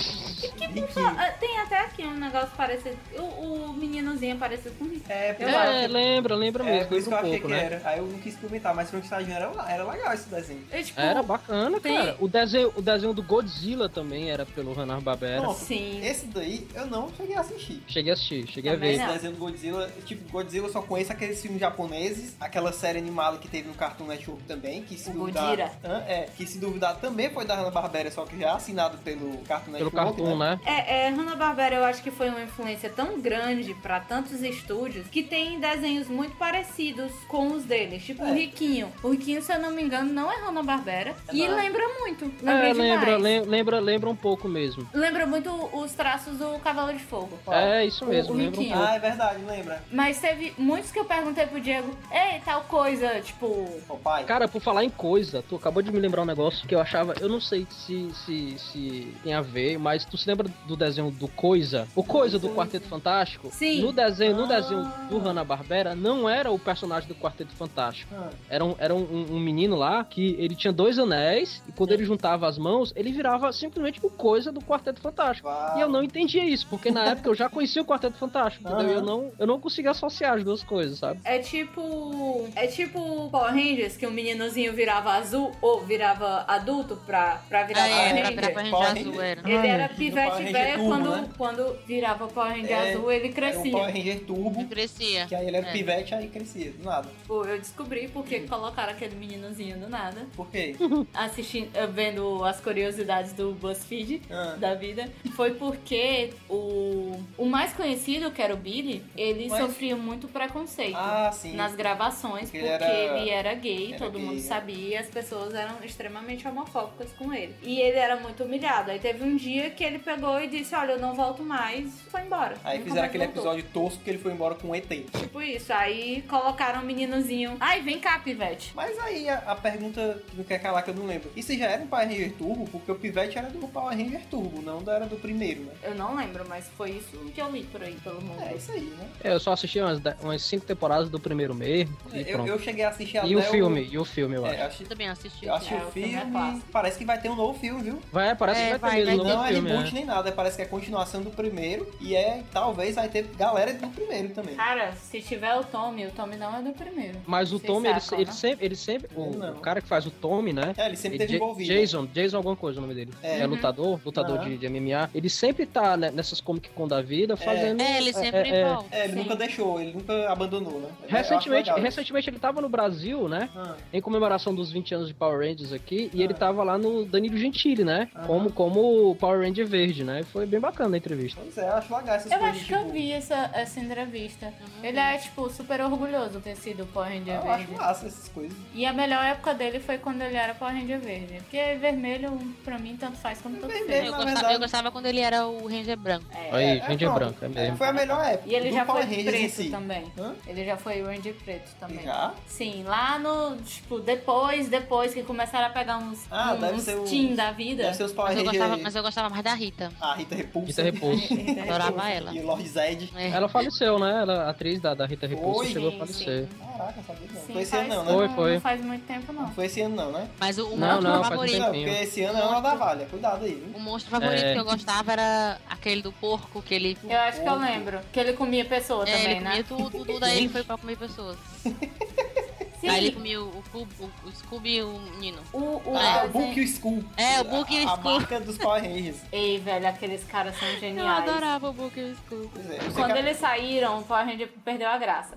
Riquinho.
Ah, Tem até aqui um negócio parecido. O, o meninozinho parecido com isso.
É, por,
É,
é,
lembra, lembra
é,
mesmo,
por isso que
lembra
eu
um
achei
pouco,
que
né?
era. Aí eu não quis comentar, mas Frankenstein era, era legal esse desenho.
Eu, tipo,
Era bacana,
Tem-
cara. O desenho, o desenho do Godzilla também era pelo Hanna-Barbera.
Pronto,
sim.
esse daí eu não cheguei a assistir.
Cheguei a assistir, cheguei a
Também
ver.
Esse
Não.
desenho do Godzilla, tipo, Godzilla eu só conheço aqueles filmes japoneses, aquela série animada que teve no Cartoon Network também, que se
O
duvidar...
Godira.
Hã? É, que se duvidar também foi da Hanna-Barbera, só que já é assinado pelo Cartoon
Pelo
Network,
cartoon, né?
É, é, Hanna-Barbera eu acho que foi uma influência tão grande pra tantos estúdios que tem desenhos muito parecidos com os deles, tipo
É.
o Riquinho. O Riquinho, se eu não me engano, não é Hanna-Barbera
É
e
não.
lembra muito. Lembra
É,
demais.
lembra, lem- lembra, lembra um pouco mesmo.
Lembra muito os traços do Cavalo de Fogo.
Qual?
É, isso
O-
mesmo,
o
lembra um
Riquinho.
pouco.
Ah, é verdade, lembra?
Mas teve muitos que eu perguntei pro Diego, ei, tal coisa, tipo,
O pai.
Cara, por falar em coisa, tu acabou de me lembrar um negócio que eu achava, eu não sei se, se, se tem a ver, mas tu se lembra do desenho do Coisa? O Coisa do Quarteto Fantástico?
Sim.
No desenho, no
Ah.
desenho do Hanna-Barbera, não era o personagem do Quarteto Fantástico.
Hã.
Era, um, era um, um- um menino lá que ele tinha dois anéis e quando ele juntava as mãos, ele virava simplesmente o Coisa do Quarteto Fantástico.
Uau.
E eu não entendia isso, porque na época eu já conhecia o Quarteto Fantástico, entendeu? E Eu
Aham.
não, eu não conseguia associar as duas coisas, sabe?
É tipo. É tipo Power Rangers, que o meninozinho virava azul ou virava adulto pra, pra virar
Ah,
Power
é, pra, pra,
Ranger.
pra
Power
arranjar azul,
Ranger.
era.
Ele era
Power
pivete
Ranger
velho
turbo,
quando,
né?
quando virava Power Ranger
É,
azul, ele
Era um Power
crescia.
Ranger Turbo,
Crescia.
que aí ele era
É.
pivete, aí crescia, do nada.
Pô, Tipo, eu descobri porque colocaram aquele meninozinho do nada,
Por quê?
Hum.
assistindo, eh, vendo as curiosidades do BuzzFeed.
Hã.
Da vida foi porque o, o mais conhecido, que era o Billy, ele
Mas-
sofria muito preconceito.
Ah, sim.
nas gravações,
Porque
porque,
ele era-
ele era gay,
era
todo
gay,
mundo
né?
sabia, as pessoas eram extremamente homofóbicas com ele. E ele era muito humilhado. Aí teve um dia que ele pegou e disse: Olha, eu não volto mais, foi embora.
Aí
Nunca
fizeram
mais
aquele
voltou.
episódio tosco que ele foi embora com um ET.
Tipo isso. Aí colocaram um meninozinho. Ai, vem cá, pivete.
Mas aí a, a pergunta que não quer calar que eu não lembro. Isso já era um Power Ranger Turbo? Porque o pivete era do Power Ranger Turbo, não da- era do primeiro, né?
Eu não lembro, mas foi isso que eu li por aí pelo mundo.
É isso aí, né?
É, Eu só assisti umas, de- umas cinco temporadas do primeiro mesmo e
É, Eu,
pronto.
eu cheguei a assistir até
E o filme, e o filme, eu
É,
acho.
eu assisti,
Eu também assisti.
eu assisti
É,
o
o filme é
filme.
clássico.
parece que vai ter um novo filme, viu?
Vai, parece
É,
que vai
vai,
ter mesmo
vai
no
ter.
Não
novo
é
filme.
reboot
né?
nem nada, parece que é continuação do primeiro. E é, talvez, vai ter galera do primeiro também.
Cara, se tiver o Tommy, o Tommy não é do primeiro.
Mas o
Vocês
Tommy, ele,
sacam,
ele
é.
né?
sempre, ele sempre, o,
Não.
o cara que faz o Tommy, né?
É, ele sempre
Ele-
teve envolvido.
Jason, Jason alguma coisa o nome dele.
É.
É,
Uhum.
lutador, lutador
Aham.
de, de MMA. Ele sempre tá né, nessas Comic Con da vida fazendo...
É, ele sempre
é, é.
volta.
É, ele
Sim.
nunca deixou, ele nunca abandonou, né? Eu acho
Recentemente,
legal.
recentemente ele tava no Brasil, né?
Ah,
Em comemoração dos 20 anos de Power Rangers aqui, e
Ah.
ele tava lá no Danilo Gentili, né?
Aham.
Como, como Power Ranger Verde, né? Foi bem bacana a entrevista.
pois é, eu acho legal essas
Eu
coisas.
acho que eu
tipo, Uhum.
vi essa, essa entrevista. Ele é, tipo, super orgulhoso de ter sido Power Ranger
Eu
Verde.
acho massa essas coisas.
E a melhor época dele foi quando ele era Power Ranger verde. Porque vermelho, pra mim, tanto faz como tanto
Vermelho.
fez.
Eu
na
gostava,
verdade-
eu gostava quando ele era o Ranger branco.
Aí,
é,
gente é
pronto.
branca, é mesmo.
Foi a melhor época.
E ele
do
já
Power
foi
Rangers em
preto
si.
também.
Hã?
Ele já foi Ranger preto também.
Já?
Sim, lá no, tipo, depois, depois que começaram a pegar uns,
Ah, deve
uns
ser o-
teen da vida.
Deve ser os Power
Mas eu,
Rangers.
gostava, mas eu gostava mais da Rita.
A Rita
Rita
Repulsa.
Repulso.
Adorava ela.
E o Lord Zed.
É.
Ela faleceu, né? Ela, a atriz da, da Rita Repulso
Foi?
chegou a
Sim,
falecer.
Caraca, sabia não.
Sim,
foi esse
faz-
ano não, né?
Foi, foi.
Não faz muito tempo, não.
Não foi esse ano não, né?
Mas o, o
Não,
monstro
não, faz um
favorito.
Não,
Sim.
porque esse ano é uma navalha. Cuidado aí. viu?
O monstro favorito
É.
que eu gostava era aquele do porco, que ele.
Eu acho que eu lembro. Que ele comia pessoa
É,
também,
ele
né?
comia tudo, tudo, daí ele foi pra comer pessoas.
Sim.
Aí ele comia o, o, cubo- o, o Scooby e o menino.
O, o
Ah, o
desenho-
Book School.
É, o Book
A- A
School.
marca dos Power Rangers.
Ei, velho, aqueles caras são
Eu
geniais.
adorava o Book e o Scooby.
Pois é, eu sei
Quando
que a-
eles saíram, o Power Ranger perdeu a graça.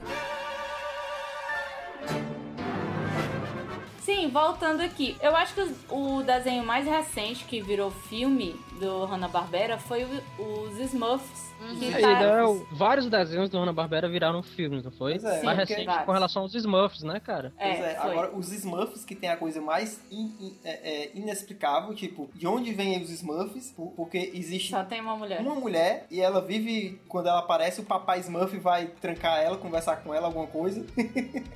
Sim, voltando aqui. Eu acho que os- o desenho mais recente que virou filme do Hanna-Barbera foi o- os Smurfs.
Uhum.
que
É,
Aí,
tá-
né, o- vários desenhos do Hanna-Barbera viraram filmes, não foi?
Pois é,
Mais
porque-
recente
vários.
com relação aos Smurfs, né, cara?
Pois é,
É, foi.
agora os Smurfs que tem a coisa mais in- in- é, é, inexplicável, tipo, de onde vem os Smurfs? Por- Porque existe
Só tem uma mulher.
uma mulher e ela vive, quando ela aparece, o papai Smurf vai trancar ela, conversar com ela, alguma coisa.
Eu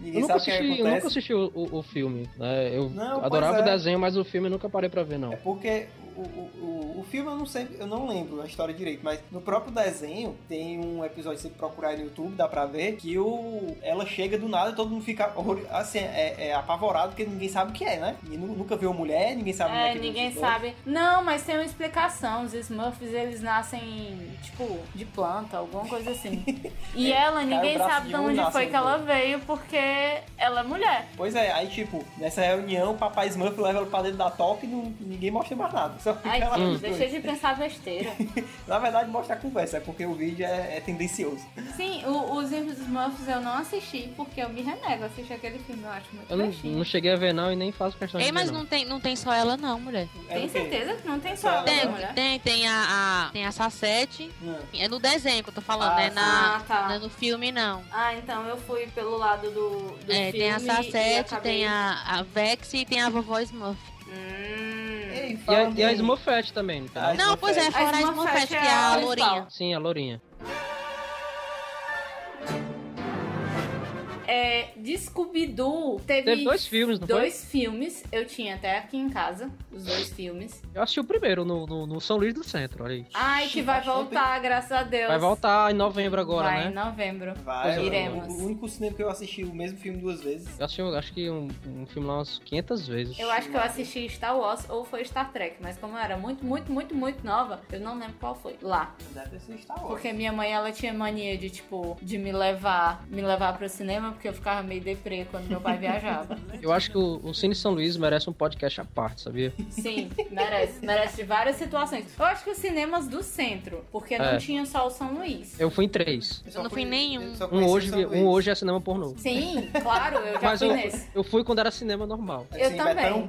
Ninguém
nunca,
sabe é o que
assisti, eu nunca
acontece.
assisti o, o- o filme, né? Eu
Não, pois
adorava
é.
o desenho, mas o filme eu nunca parei pra ver, não.
É porque o, o, o, o filme eu não sei, eu não lembro a história direito, mas no próprio desenho tem um episódio, se você procurar aí no YouTube, dá pra ver, que o, ela chega do nada e todo mundo fica horror- assim, é, é apavorado porque ninguém sabe o que é, né? E nu- nunca viu mulher, ninguém sabe onde
É,
que
ninguém
nasceu.
sabe. Não, mas tem uma explicação. Os Smurfs, eles nascem, tipo, de planta, alguma coisa assim.
É,
E ela, ninguém
braço
sabe
de
de
um e
onde
nasce
foi
um
que ela veio, porque ela é mulher.
Pois é, aí tipo, nessa reunião o papai Smurf leva ela pra dentro da toca e não, ninguém mostra mais nada. Só fica
Ai,
lá
gente,
nos dois.
deixa de pensar besteira.
Na verdade mostra a conversa, é porque o vídeo é, é tendencioso.
Sim, o- os Smurfs eu não assisti, porque eu me renego a assistir aquele filme, eu acho muito
Eu não,
baixinho.
não cheguei a ver, não, e nem faço questão de
Ei,
ver,
mas
não.
não tem, não tem só ela, não, mulher.
É
Tem
o quê?
certeza que não tem só
Só
ela,
ela,
Tem,
né?
mulher?
tem, tem a, a- tem a Sacete.
Hum.
É no desenho que eu tô falando,
Ah,
né?
sim.
Na,
Ah, tá.
não é no filme, não.
Ah, então eu fui pelo lado do, do filme
É, tem a
e
Sacete,
acabei-
tem a, a Vex e tem a vovó Smurf.
Hum.
Ei,
E a,
fala
e a
dele.
Smurfette também, não tem não?
Ah,
Não,
Smurfette.
pois é, fora a Smurfette, que é a
principal.
lourinha.
Sim, a Lourinha.
É, de Scooby-Doo teve,
Teve dois filmes, não
dois filmes. Eu tinha até aqui em casa, os dois filmes.
foi? Eu assisti o primeiro no, no, no São Luís do Centro, olha aí.
Ai, que vai voltar, graças a Deus.
Vai voltar em novembro agora,
Vai,
né?
em novembro.
Vai,
Iremos.
é, o, o único cinema que eu assisti o mesmo filme duas vezes.
Eu assisti, eu acho que um, um filme lá umas 500 vezes.
Eu acho que eu assisti Star Wars ou foi Star Trek, mas como eu era muito, muito, muito, muito nova, eu não lembro qual foi. Lá.
Deve ter sido Star Wars.
Porque minha mãe, ela tinha mania de, tipo, de me levar, me levar pro cinema, porque eu ficava meio deprê quando meu pai viajava.
Eu acho que o, o Cine São Luís merece um podcast à parte, sabia?
Sim, merece. Merece de várias situações. Eu acho que os cinemas do centro, porque não
É.
tinha só o São Luís.
Eu fui em três.
só
Eu não fui
conhe-
nenhum.
eu só
Um
conheci
hoje,
o São
um
Luís.
hoje é cinema pornô.
Sim, claro, eu já
Mas
fui
eu- é
nesse.
Eu fui quando era cinema normal.
Eu
Assim,
também.
Betão?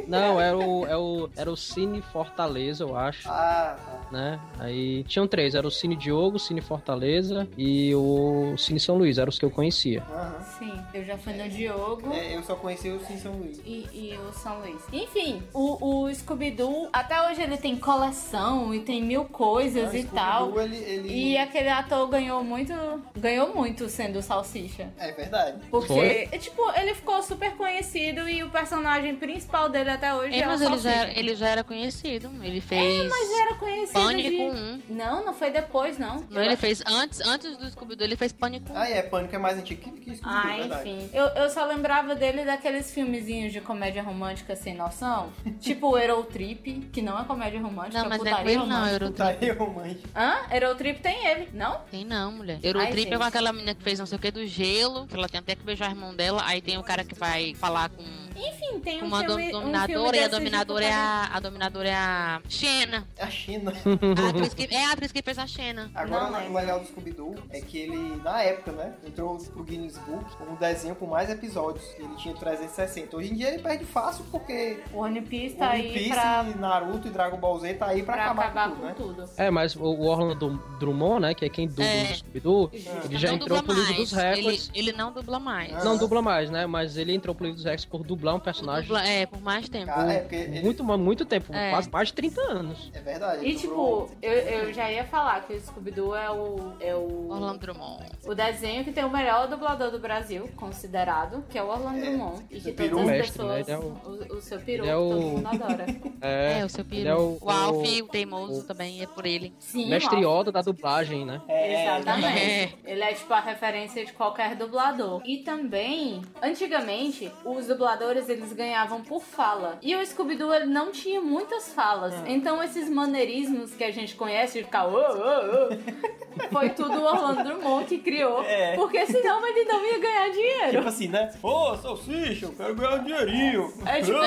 Não, era o, era o, era o Cine Fortaleza, eu acho.
Ah, tá.
Né? Aí tinham três, era o Cine Diogo, o Cine Fortaleza e o Cine São Luís, eram os que eu conhecia.
Aham.
Sim, eu já fui no Diogo.
É, eu só conheci o Sim São Luís.
E, e o São Luís. Enfim, o, o Scooby-Doo, até hoje ele tem coleção e tem mil coisas
Ah,
e
Scooby-Doo,
tal.
Ele, ele...
E aquele ator ganhou muito. Ganhou muito sendo o Salsicha.
É verdade.
Porque,
Foi?
tipo, ele ficou super conhecido e o personagem principal dele até hoje
Ei,
é o
mas ele
Salsicha.
já, era- ele já era conhecido. Ele fez
Ele era assim, conhecido
Pânico
de...
1.
Não, não foi depois, não.
Não, ele é fez antes, antes do Scooby-Doo, ele fez Pânico 1.
Ah, é, Pânico é mais antigo que, que Scooby-Doo,
Ah,
é verdade.
enfim. Eu, eu só lembrava dele daqueles filmezinhos de comédia romântica sem noção. tipo Eurotrip, que não é comédia romântica,
não, mas não
putaria
é com ele não,
romântica.
Eurotrip.
Putaria romântica.
Hã? Eurotrip tem ele, não?
Tem não, mulher. Eurotrip
gente.
é com aquela menina que fez não sei o que do gelo, que ela tem até que beijar o irmão dela, aí tem o cara que vai falar com,
Enfim, tem
com
um
uma do-
filme, um filme tipo
dominadora e
desses
a
de
dominadora é
putaria-
a, a dominadora é a Xena.
A China.
A atriz que- é a atriz que fez a Xena.
Agora,
Não lembro.
o legal do Scooby-Doo é que ele, na época, né, entrou pro Guinness Book como um desenho com mais episódios. Ele tinha 360. Hoje em dia ele perde fácil porque
O One Piece tá
One
aí
Piece,
pra,
Naruto e Dragon Ball Z tá aí pra,
pra
acabar, com tudo,
com
né?
tudo.
É, mas o- o Orlando Dum- Drummond, né, que é quem dubla
É.
o Scooby-Doo,
Ah.
ele já
não
entrou pro
dubla
livro
mais.
dos recordes.
Ele, ele não dubla mais.
Ah,
Não dubla mais, né, mas ele entrou pro livro dos recordes por dublar um
Ele
personagem
dubla- é, por mais tempo.
Cara, é, porque ele-
muito, muito tempo,
É.
quase mais de 30 anos.
é verdade.
E
ele
tipo,
dublou-
eu, eu já ia falar que o Scooby-Doo é o. É o,
Orlando Drummond.
o desenho que tem o melhor dublador do Brasil, considerado, que é o Orlando
É,
Drummond. E que todas
seu peru.
as
Mestre,
pessoas.
né? Ele é
o, o seu peru,
ele é o-
todo mundo adora.
É,
É,
o seu
ele é
Piro.
o-
O Alf,
o-
o Teimoso também é por ele.
Sim,
mestre
ó.
Yoda da dublagem, né?
É,
Exatamente. Ele é tipo a referência de qualquer dublador. E também, antigamente, os dubladores eles ganhavam por fala. E o Scooby-Doo ele não tinha muitas falas.
É.
Então esses maneirismos que a gente conhece de ficar "Ô, ô, ô", foi tudo o Orlando Drummond que criou.
É.
Porque senão ele não ia ganhar dinheiro.
Tipo assim, né? Ô, salsicha, eu quero ganhar um dinheirinho.
É tipo-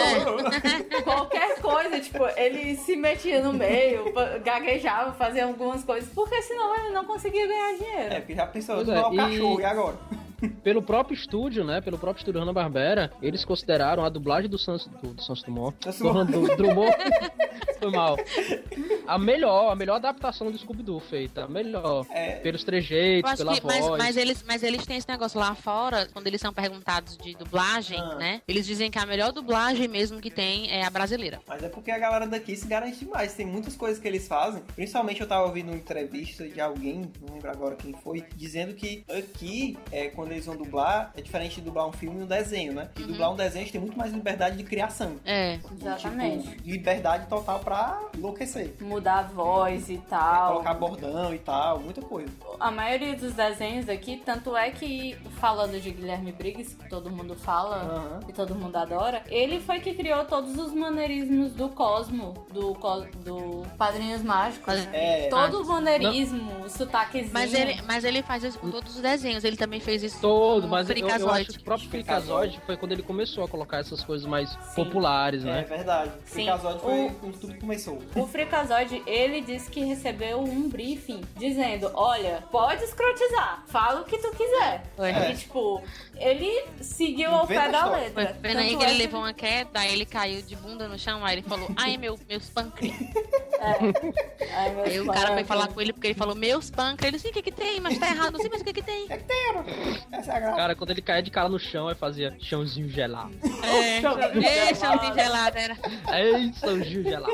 Qualquer coisa, tipo, ele se metia no meio, pa- gaguejava, fazia algumas coisas, porque senão ele não conseguia ganhar dinheiro.
É, porque já pensou,
Pois
não é
é,
o
e-
cachorro, e agora?
Pelo próprio estúdio, né? Pelo próprio estúdio Hanna-Barbera, eles consideraram a dublagem do Sans, do, do Sans Dumont,
Santos
do, do Drummond, foi mal, a melhor, a melhor adaptação do Scooby-Doo feita, a melhor,
É.
pelos
Eu
trejeitos,
acho
pela
que,
voz.
mas, mas eles, mas eles têm esse negócio lá fora, quando eles são perguntados de dublagem,
Ah.
né? Eles dizem que a melhor dublagem mesmo que tem é a brasileira.
Mas é porque a galera daqui se garante mais. Tem muitas coisas que eles fazem. Principalmente eu tava ouvindo uma entrevista de alguém, não lembro agora quem foi, dizendo que aqui, é, quando eles vão dublar, é diferente de dublar um filme e um desenho, né? E
Uhum.
dublar um desenho a gente tem muito mais liberdade de criação.
É.
Exatamente.
Tipo, liberdade total pra enlouquecer.
Mudar a voz e tal.
É, Colocar bordão e tal, muita coisa.
A maioria dos desenhos aqui, tanto é que, falando de Guilherme Briggs, que todo mundo fala,
Aham.
que todo mundo adora, ele foi que criou todos os maneirismos do Cosmo, do, cos- do Padrinhos Mágicos.
Padrinhos
É,
Todo o maneirismo, o sotaquezinho.
Mas ele, mas ele faz isso com todos os desenhos. Ele também fez isso
Todo,
com
mas eu, eu
Freakazoid.
acho que o próprio
Freakazoid.
Freakazoid foi quando ele começou a colocar essas coisas mais populares,
é
né?
verdade.
Sim.
O casóide foi quando tudo começou.
O Freakazoid, ele disse que recebeu um briefing dizendo, olha, pode escrotizar, fala o que tu quiser.
Foi.
É.
E, tipo, ele seguiu ao
Inventa
pé da
história.
Foi
letra.
vendo aí
Tanto
que
é
ele levou um- uma queda, aí ele caiu de bunda no chão, aí ele falou, ai meu, meus pâncreas.
Ai, meu
Aí o
pai.
cara foi falar com ele porque ele falou, meus pâncreas. Ele disse, o que que tem? Mas tá errado, não sei, mas o que que tem?
Essa é a graça.
Cara, quando ele caía de cara no chão, aí fazia chãozinho gelado.
É, é chãozinho gelado, era.
Ei, É chãozinho gelado.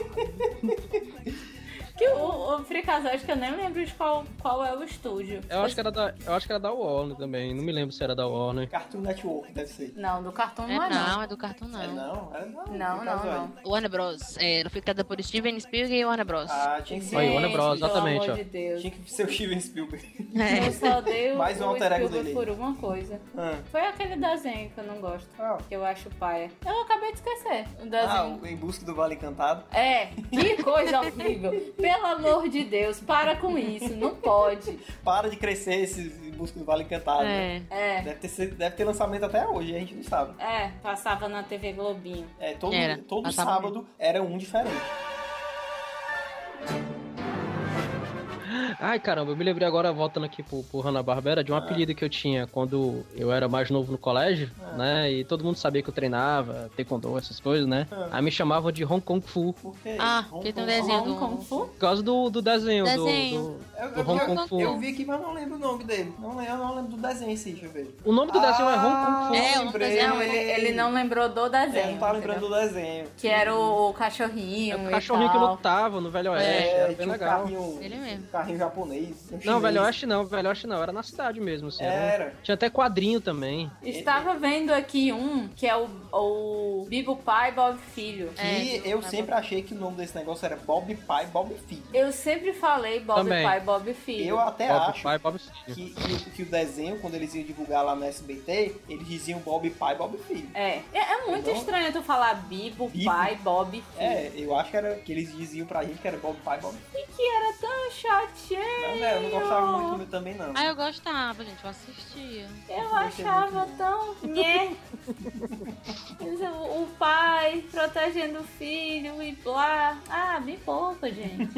Que o, o Freakazoid, que eu nem lembro de qual, qual é o estúdio.
Eu acho que era da, eu acho que era da Warner também, não me lembro se era da Warner.
Cartoon Network, deve ser.
Não, do cartão
É
não é não.
não, é do cartão
É
não.
não? É não.
Não, não,
Freakazoid.
não.
Warner Bros. É, foi criada por Steven Spielberg e Warner Bros.
Ah, tinha que ser.
Olha, Olha, Warner Bros,
Gente,
exatamente,
Pelo
ó.
amor de Deus.
Tinha que ser o Steven Spielberg.
É.
Eu só dei o,
Mais um
o
alter ego
Spielberg
dele.
por uma coisa.
Ah.
Foi aquele desenho que eu não gosto.
Ah,
Que eu acho paia. Eu acabei de esquecer. O
Ah,
desenho.
o Em Busca do Vale Encantado.
É, que coisa horrível. Pelo amor de Deus, para com isso. Não pode.
Para de crescer esse Em Busca do Vale Encantado. né?
É.
É,
Deve, ter, sido- deve ter lançamento até hoje, a gente não sabe.
é. Passava na TV Globinho.
É, todo
Era,
todo
passava
sábado era um diferente.
Ai, caramba, eu me lembrei agora, voltando aqui pro, pro Hanna-Barbera, de um apelido que eu tinha quando eu era mais novo no colégio, né? E todo mundo sabia que eu treinava, taekwondo, essas coisas, né?
Ah.
Aí me chamavam de Hong Kong Fu,
Porque
Ah,
Hong
que tem um
Kong-
desenho
Hong
do...
Kong Fu?
por causa do, do desenho, do-
Desenho.
do...
Eu, eu-
do Hong
eu-
Kong Fu.
eu vi aqui, mas não lembro o nome dele. Não, lem- eu não lembro do desenho, sim, deixa eu ver.
O nome do desenho é Hong Kong Fu.
Ah,
É, o nome do
lembrei.
desenho
Não, ele, ele não lembrou do
É,
desenho.
não tá
entendeu?
lembrando do desenho.
Que era o, o cachorrinho.
É o
e
cachorrinho que
tal.
lutava no Velho Oeste,
É,
era
tinha
bem
um
legal.
carrinho,
Ele mesmo.
um carrinho japonês. um
Não,
chinês.
Velho Oeste não, Velho Oeste não, era na cidade mesmo, assim. era um-
Era.
Tinha até quadrinho também.
Estava vendo aqui um que é o, o Bibo Pai Bob Filho.
Que
É,
eu
tá
sempre achei que o nome desse negócio era Bob Pai, Bob Filho.
Eu sempre falei Bob
Também.
Pai Bob Filho.
Eu até
Bob
É, acho
Pai, Bob Filho.
que, que, que o desenho, quando eles iam divulgar lá no SBT, eles diziam Bob Pai, Bob Filho.
É. é. é muito
Não?
estranho tu falar Bibo,
Bibo.
Pai Bob Filho.
É, eu acho que era que eles diziam pra gente que era Bob Pai, Bob Filho.
E que era tão chatinho.
Mas é, eu não gostava muito do- também, não.
Ah, eu gostava, gente, eu assistia.
Eu
gostei
achava
é muito,
tão. Nhé. Mas o, o pai protegendo o filho e blá. Ah, me poupa, gente.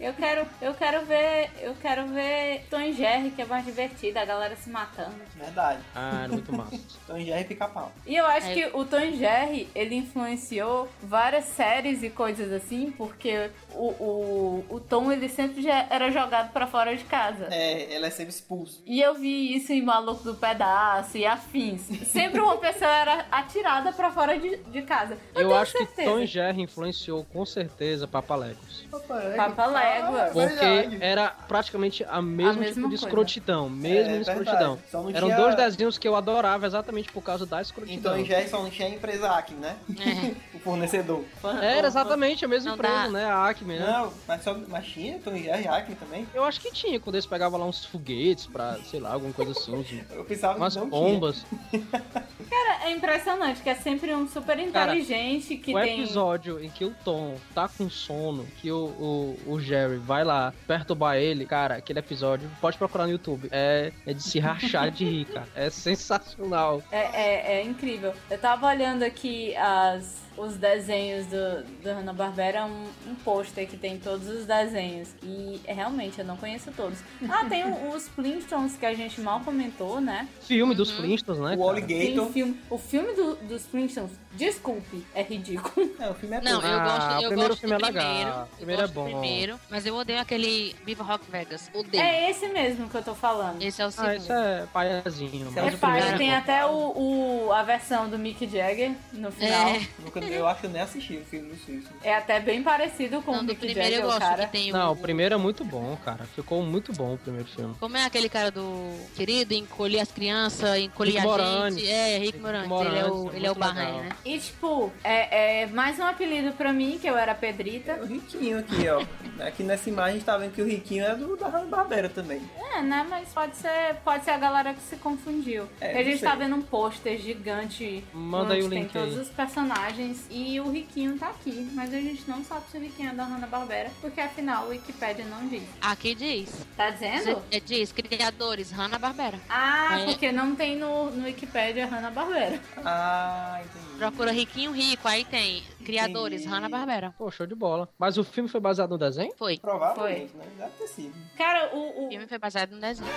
Eu quero, eu quero ver. Eu quero ver Tom e Jerry, que é mais divertido, a galera se matando.
Verdade.
Ah, era muito massa.
Então já é pica-pau.
E eu acho
É.
que o Tom e Jerry, ele influenciou várias séries e coisas assim, porque o, o, o Tom, ele sempre já era jogado pra fora de casa.
É, ela é sempre expulsa.
E eu vi isso em Maluco do Pedaço e afins. Sempre uma pessoa era atirada pra fora de, de casa. Eu,
Eu
tenho
acho que
certeza.
Tom e Jerry influenciou com certeza Papalecos.
Papa Légua.
É
Porque era praticamente a mesma,
mesma
tipo de
coisa.
escrotidão. Mesmo
É,
de
verdade.
escrotidão.
Só não
Eram
tinha-
dois desenhos que eu adorava exatamente por causa da escrotidão.
Então já é só não tinha a empresa Acme, né?
É.
o fornecedor.
Era exatamente a mesma
Não
empresa,
dá.
né? A Acme, né?
Não, mas, só, mas tinha Tom e Jerry Acme também?
Eu acho que tinha, quando eles pegavam lá uns foguetes pra, sei lá, alguma coisa assim, uns-
Eu pensava
umas
que não
bombas.
Cara, é impressionante, que é sempre um super inteligente que
o
tem.
episódio em que o Tom tá com sono, que o, o, o Jerry vai lá perturbar ele, cara, aquele episódio, pode procurar no YouTube. É, é de se rachar de rir, cara. É sensacional.
É, é, é incrível. Eu tava olhando aqui as, os desenhos do, do Hanna-Barbera, um, um pôster que tem todos os desenhos. E é, realmente, eu não conheço todos. Ah, tem o- os Flintstones que a gente mal comentou, né?
Filme dos
Uhum.
Flintstones, né?
O então,
Cara?
Tem
Alligator.
filme, o filme do- dos Flintstones, desculpe, é ridículo.
É, o filme é
Não,
bom.
eu
Ah,
gosto,
o
eu
primeiro
gosto
filme é
do
legal.
primeiro.
O
eu
primeiro
gosto
é
do
bom.
primeiro, mas eu odeio aquele Viva Rock Vegas. Odeio.
É esse mesmo que eu tô falando.
Esse é o segundo.
Ah, isso é paiazinho.
Isso
Então,
mas
É
o
pai,
fácil,
primeiro
tem
bom.
até o, o- a versão do Mick Jagger no final.
É.
Nunca- Ah, Eu acho que eu nem assisti o filme do Simpsons.
É até bem parecido com o
Não, Então,
Mick
do primeiro eu
Jagger, o
gosto
cara.
que tem
é Não,
o
o primeiro é muito bom, cara. Ficou muito bom o primeiro filme.
Como é aquele cara do querido, encolher as crianças, encolher a
Rick Moranis.
gente? É, Rick
Rick
Moranis.
Moranis,
Ele é
é
o, ele é o
muito
Barran,
legal.
né?
E tipo, é, é mais um apelido pra mim, que eu era Pedrita.
É O Riquinho aqui, ó. Aqui nessa imagem a gente tá vendo que o Riquinho é do da Hanna-Barbera também.
É, né? Mas pode ser, pode ser a galera que se confundiu.
É,
E a gente
não sei.
tá vendo um pôster gigante onde
Manda aí o
tem
link
todos
aí.
os personagens e o Riquinho tá aqui. Mas a gente não sabe se o Riquinho é da Hanna-Barbera, porque afinal o Wikipedia não diz.
Aqui diz.
Tá dizendo?
É, diz, criadores, Hanna-Barbera.
Ah,
É.
porque não tem no, no Wikipedia Hanna-Barbera.
Ah, entendi.
Procura Riquinho Rico, aí tem criadores,
Entendi.
Hanna-Barbera.
Pô, show de bola. Mas o filme foi baseado no desenho?
Foi.
Provavelmente, né? Deve ter sido.
Cara, o,
O
o-
filme foi baseado no desenho.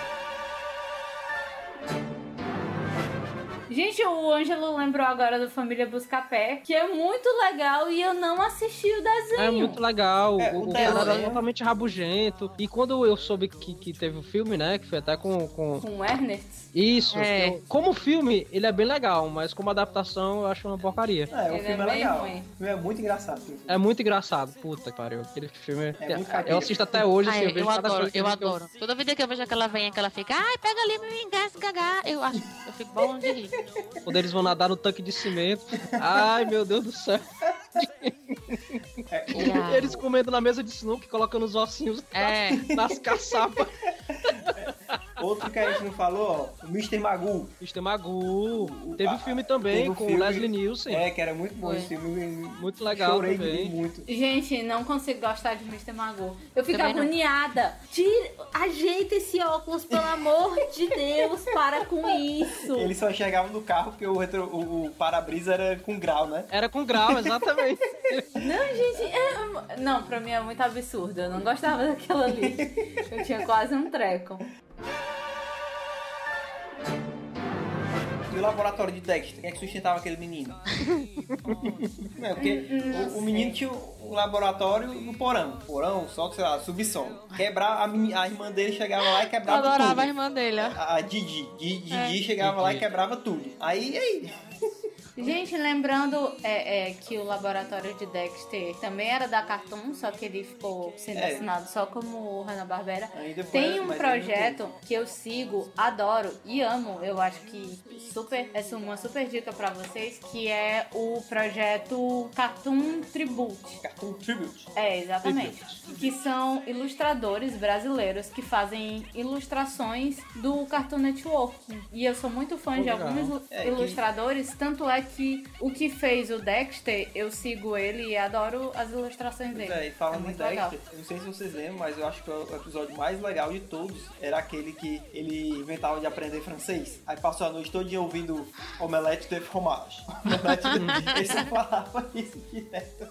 Gente, o Ângelo lembrou agora do Família Buscapé, que é muito legal e eu não assisti o desenho.
É muito legal.
É,
o
o
o cara era
desenho-
totalmente rabugento. E quando eu soube que, que teve o filme, né? Que foi até com. com...
Com o Ernest?
Isso.
É.
eu- como filme, ele é bem legal, mas como adaptação, eu acho uma porcaria.
É, o
Ele
filme
é
é
bem
legal.
ruim.
O filme é muito engraçado.
É muito engraçado, puta que pariu. Aquele filme.
É muito
eu
cadeira.
assisto até hoje, assim,
Ai,
eu vejo
Ah, é, eu
cada
adoro,
coisa que
eu adoro. Toda vida que eu vejo aquela venha que ela fica, ai, pega ali, me engasga, eu acho, eu fico bolando de rir.
Quando eles vão nadar no tanque de cimento. Ai, meu Deus do céu.
É,
Ah.
Eles comendo na mesa de sinuca e colocando os ossinhos
É,
nas caçapas.
outro que a gente não falou, ó, o Mr. Magoo.
Mr. Magoo. Teve
Ah,
o filme também
teve o
com
filme.
Leslie Nielsen.
É, que era muito bom
Foi.
esse filme.
Muito legal
Chorei de
também.
rir muito.
Gente, não consigo gostar de Mr. Magoo. Eu fico
Também não.
agoniada. Tira, ajeita esse óculos, pelo amor de Deus, para com isso.
Ele só enxergava no carro porque o, retro- o- o para-brisa era com grau, né?
Era com grau, exatamente.
Não, gente, é- não, pra mim é muito absurdo. Eu não gostava daquela ali. Eu tinha quase um treco.
E o laboratório de Dexter? Quem é que sustentava aquele menino? é, porque o, o menino tinha o laboratório no porão. Porão, só sei lá, subsolo. Quebrar, a, meni- a irmã dele chegava lá e
eu
quebrava tudo.
adorava a irmã dele,
né?
ó.
A a Didi. Di- Didi
É.
chegava lá e quebrava tudo. Aí, e aí.
Gente, lembrando é, é, que o laboratório de Dexter também era da Cartoon, só que ele ficou sendo
É.
assinado só como Hanna-Barbera.
Ainda foi,
Tem um
mas é
projeto que eu sigo, adoro e amo. Eu acho que super, essa é uma super dica pra vocês, que é o projeto Cartoon Tribute.
Cartoon Tribute.
É, exatamente. Que são ilustradores brasileiros que fazem ilustrações do Cartoon Network. E eu sou muito fã
Pô,
de
legal.
alguns
É, que-
ilustradores, tanto é que o que fez o Dexter, eu sigo ele e adoro as ilustrações dele.
É, e falando
muito
em Dexter,
legal.
eu não sei se vocês lembram, mas eu acho que o episódio mais legal de todos era aquele que ele inventava de aprender francês. Aí passou a noite todinha ouvindo Omelette de fromage. Omelette de... Ele só falava isso é. direto.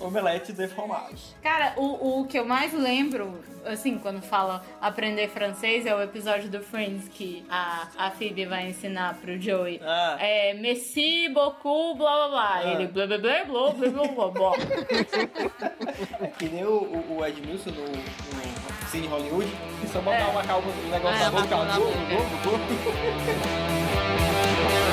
Omelette de fromage.
Cara, o, o que eu mais lembro, assim, quando fala aprender francês, é o episódio do Friends que a, a Phoebe vai ensinar pro Joey.
Ah.
É, merci beaucoup, blá blá blá.
Ah.
Ele, blá blá blá blá blá blá blá blá.
É que nem o, o, o Edmilson no, no Cine Hollywood, que só botar É. uma calma no negócio
É,
da
uma
boca.
calma na
Globo,
boca.
globo, globo.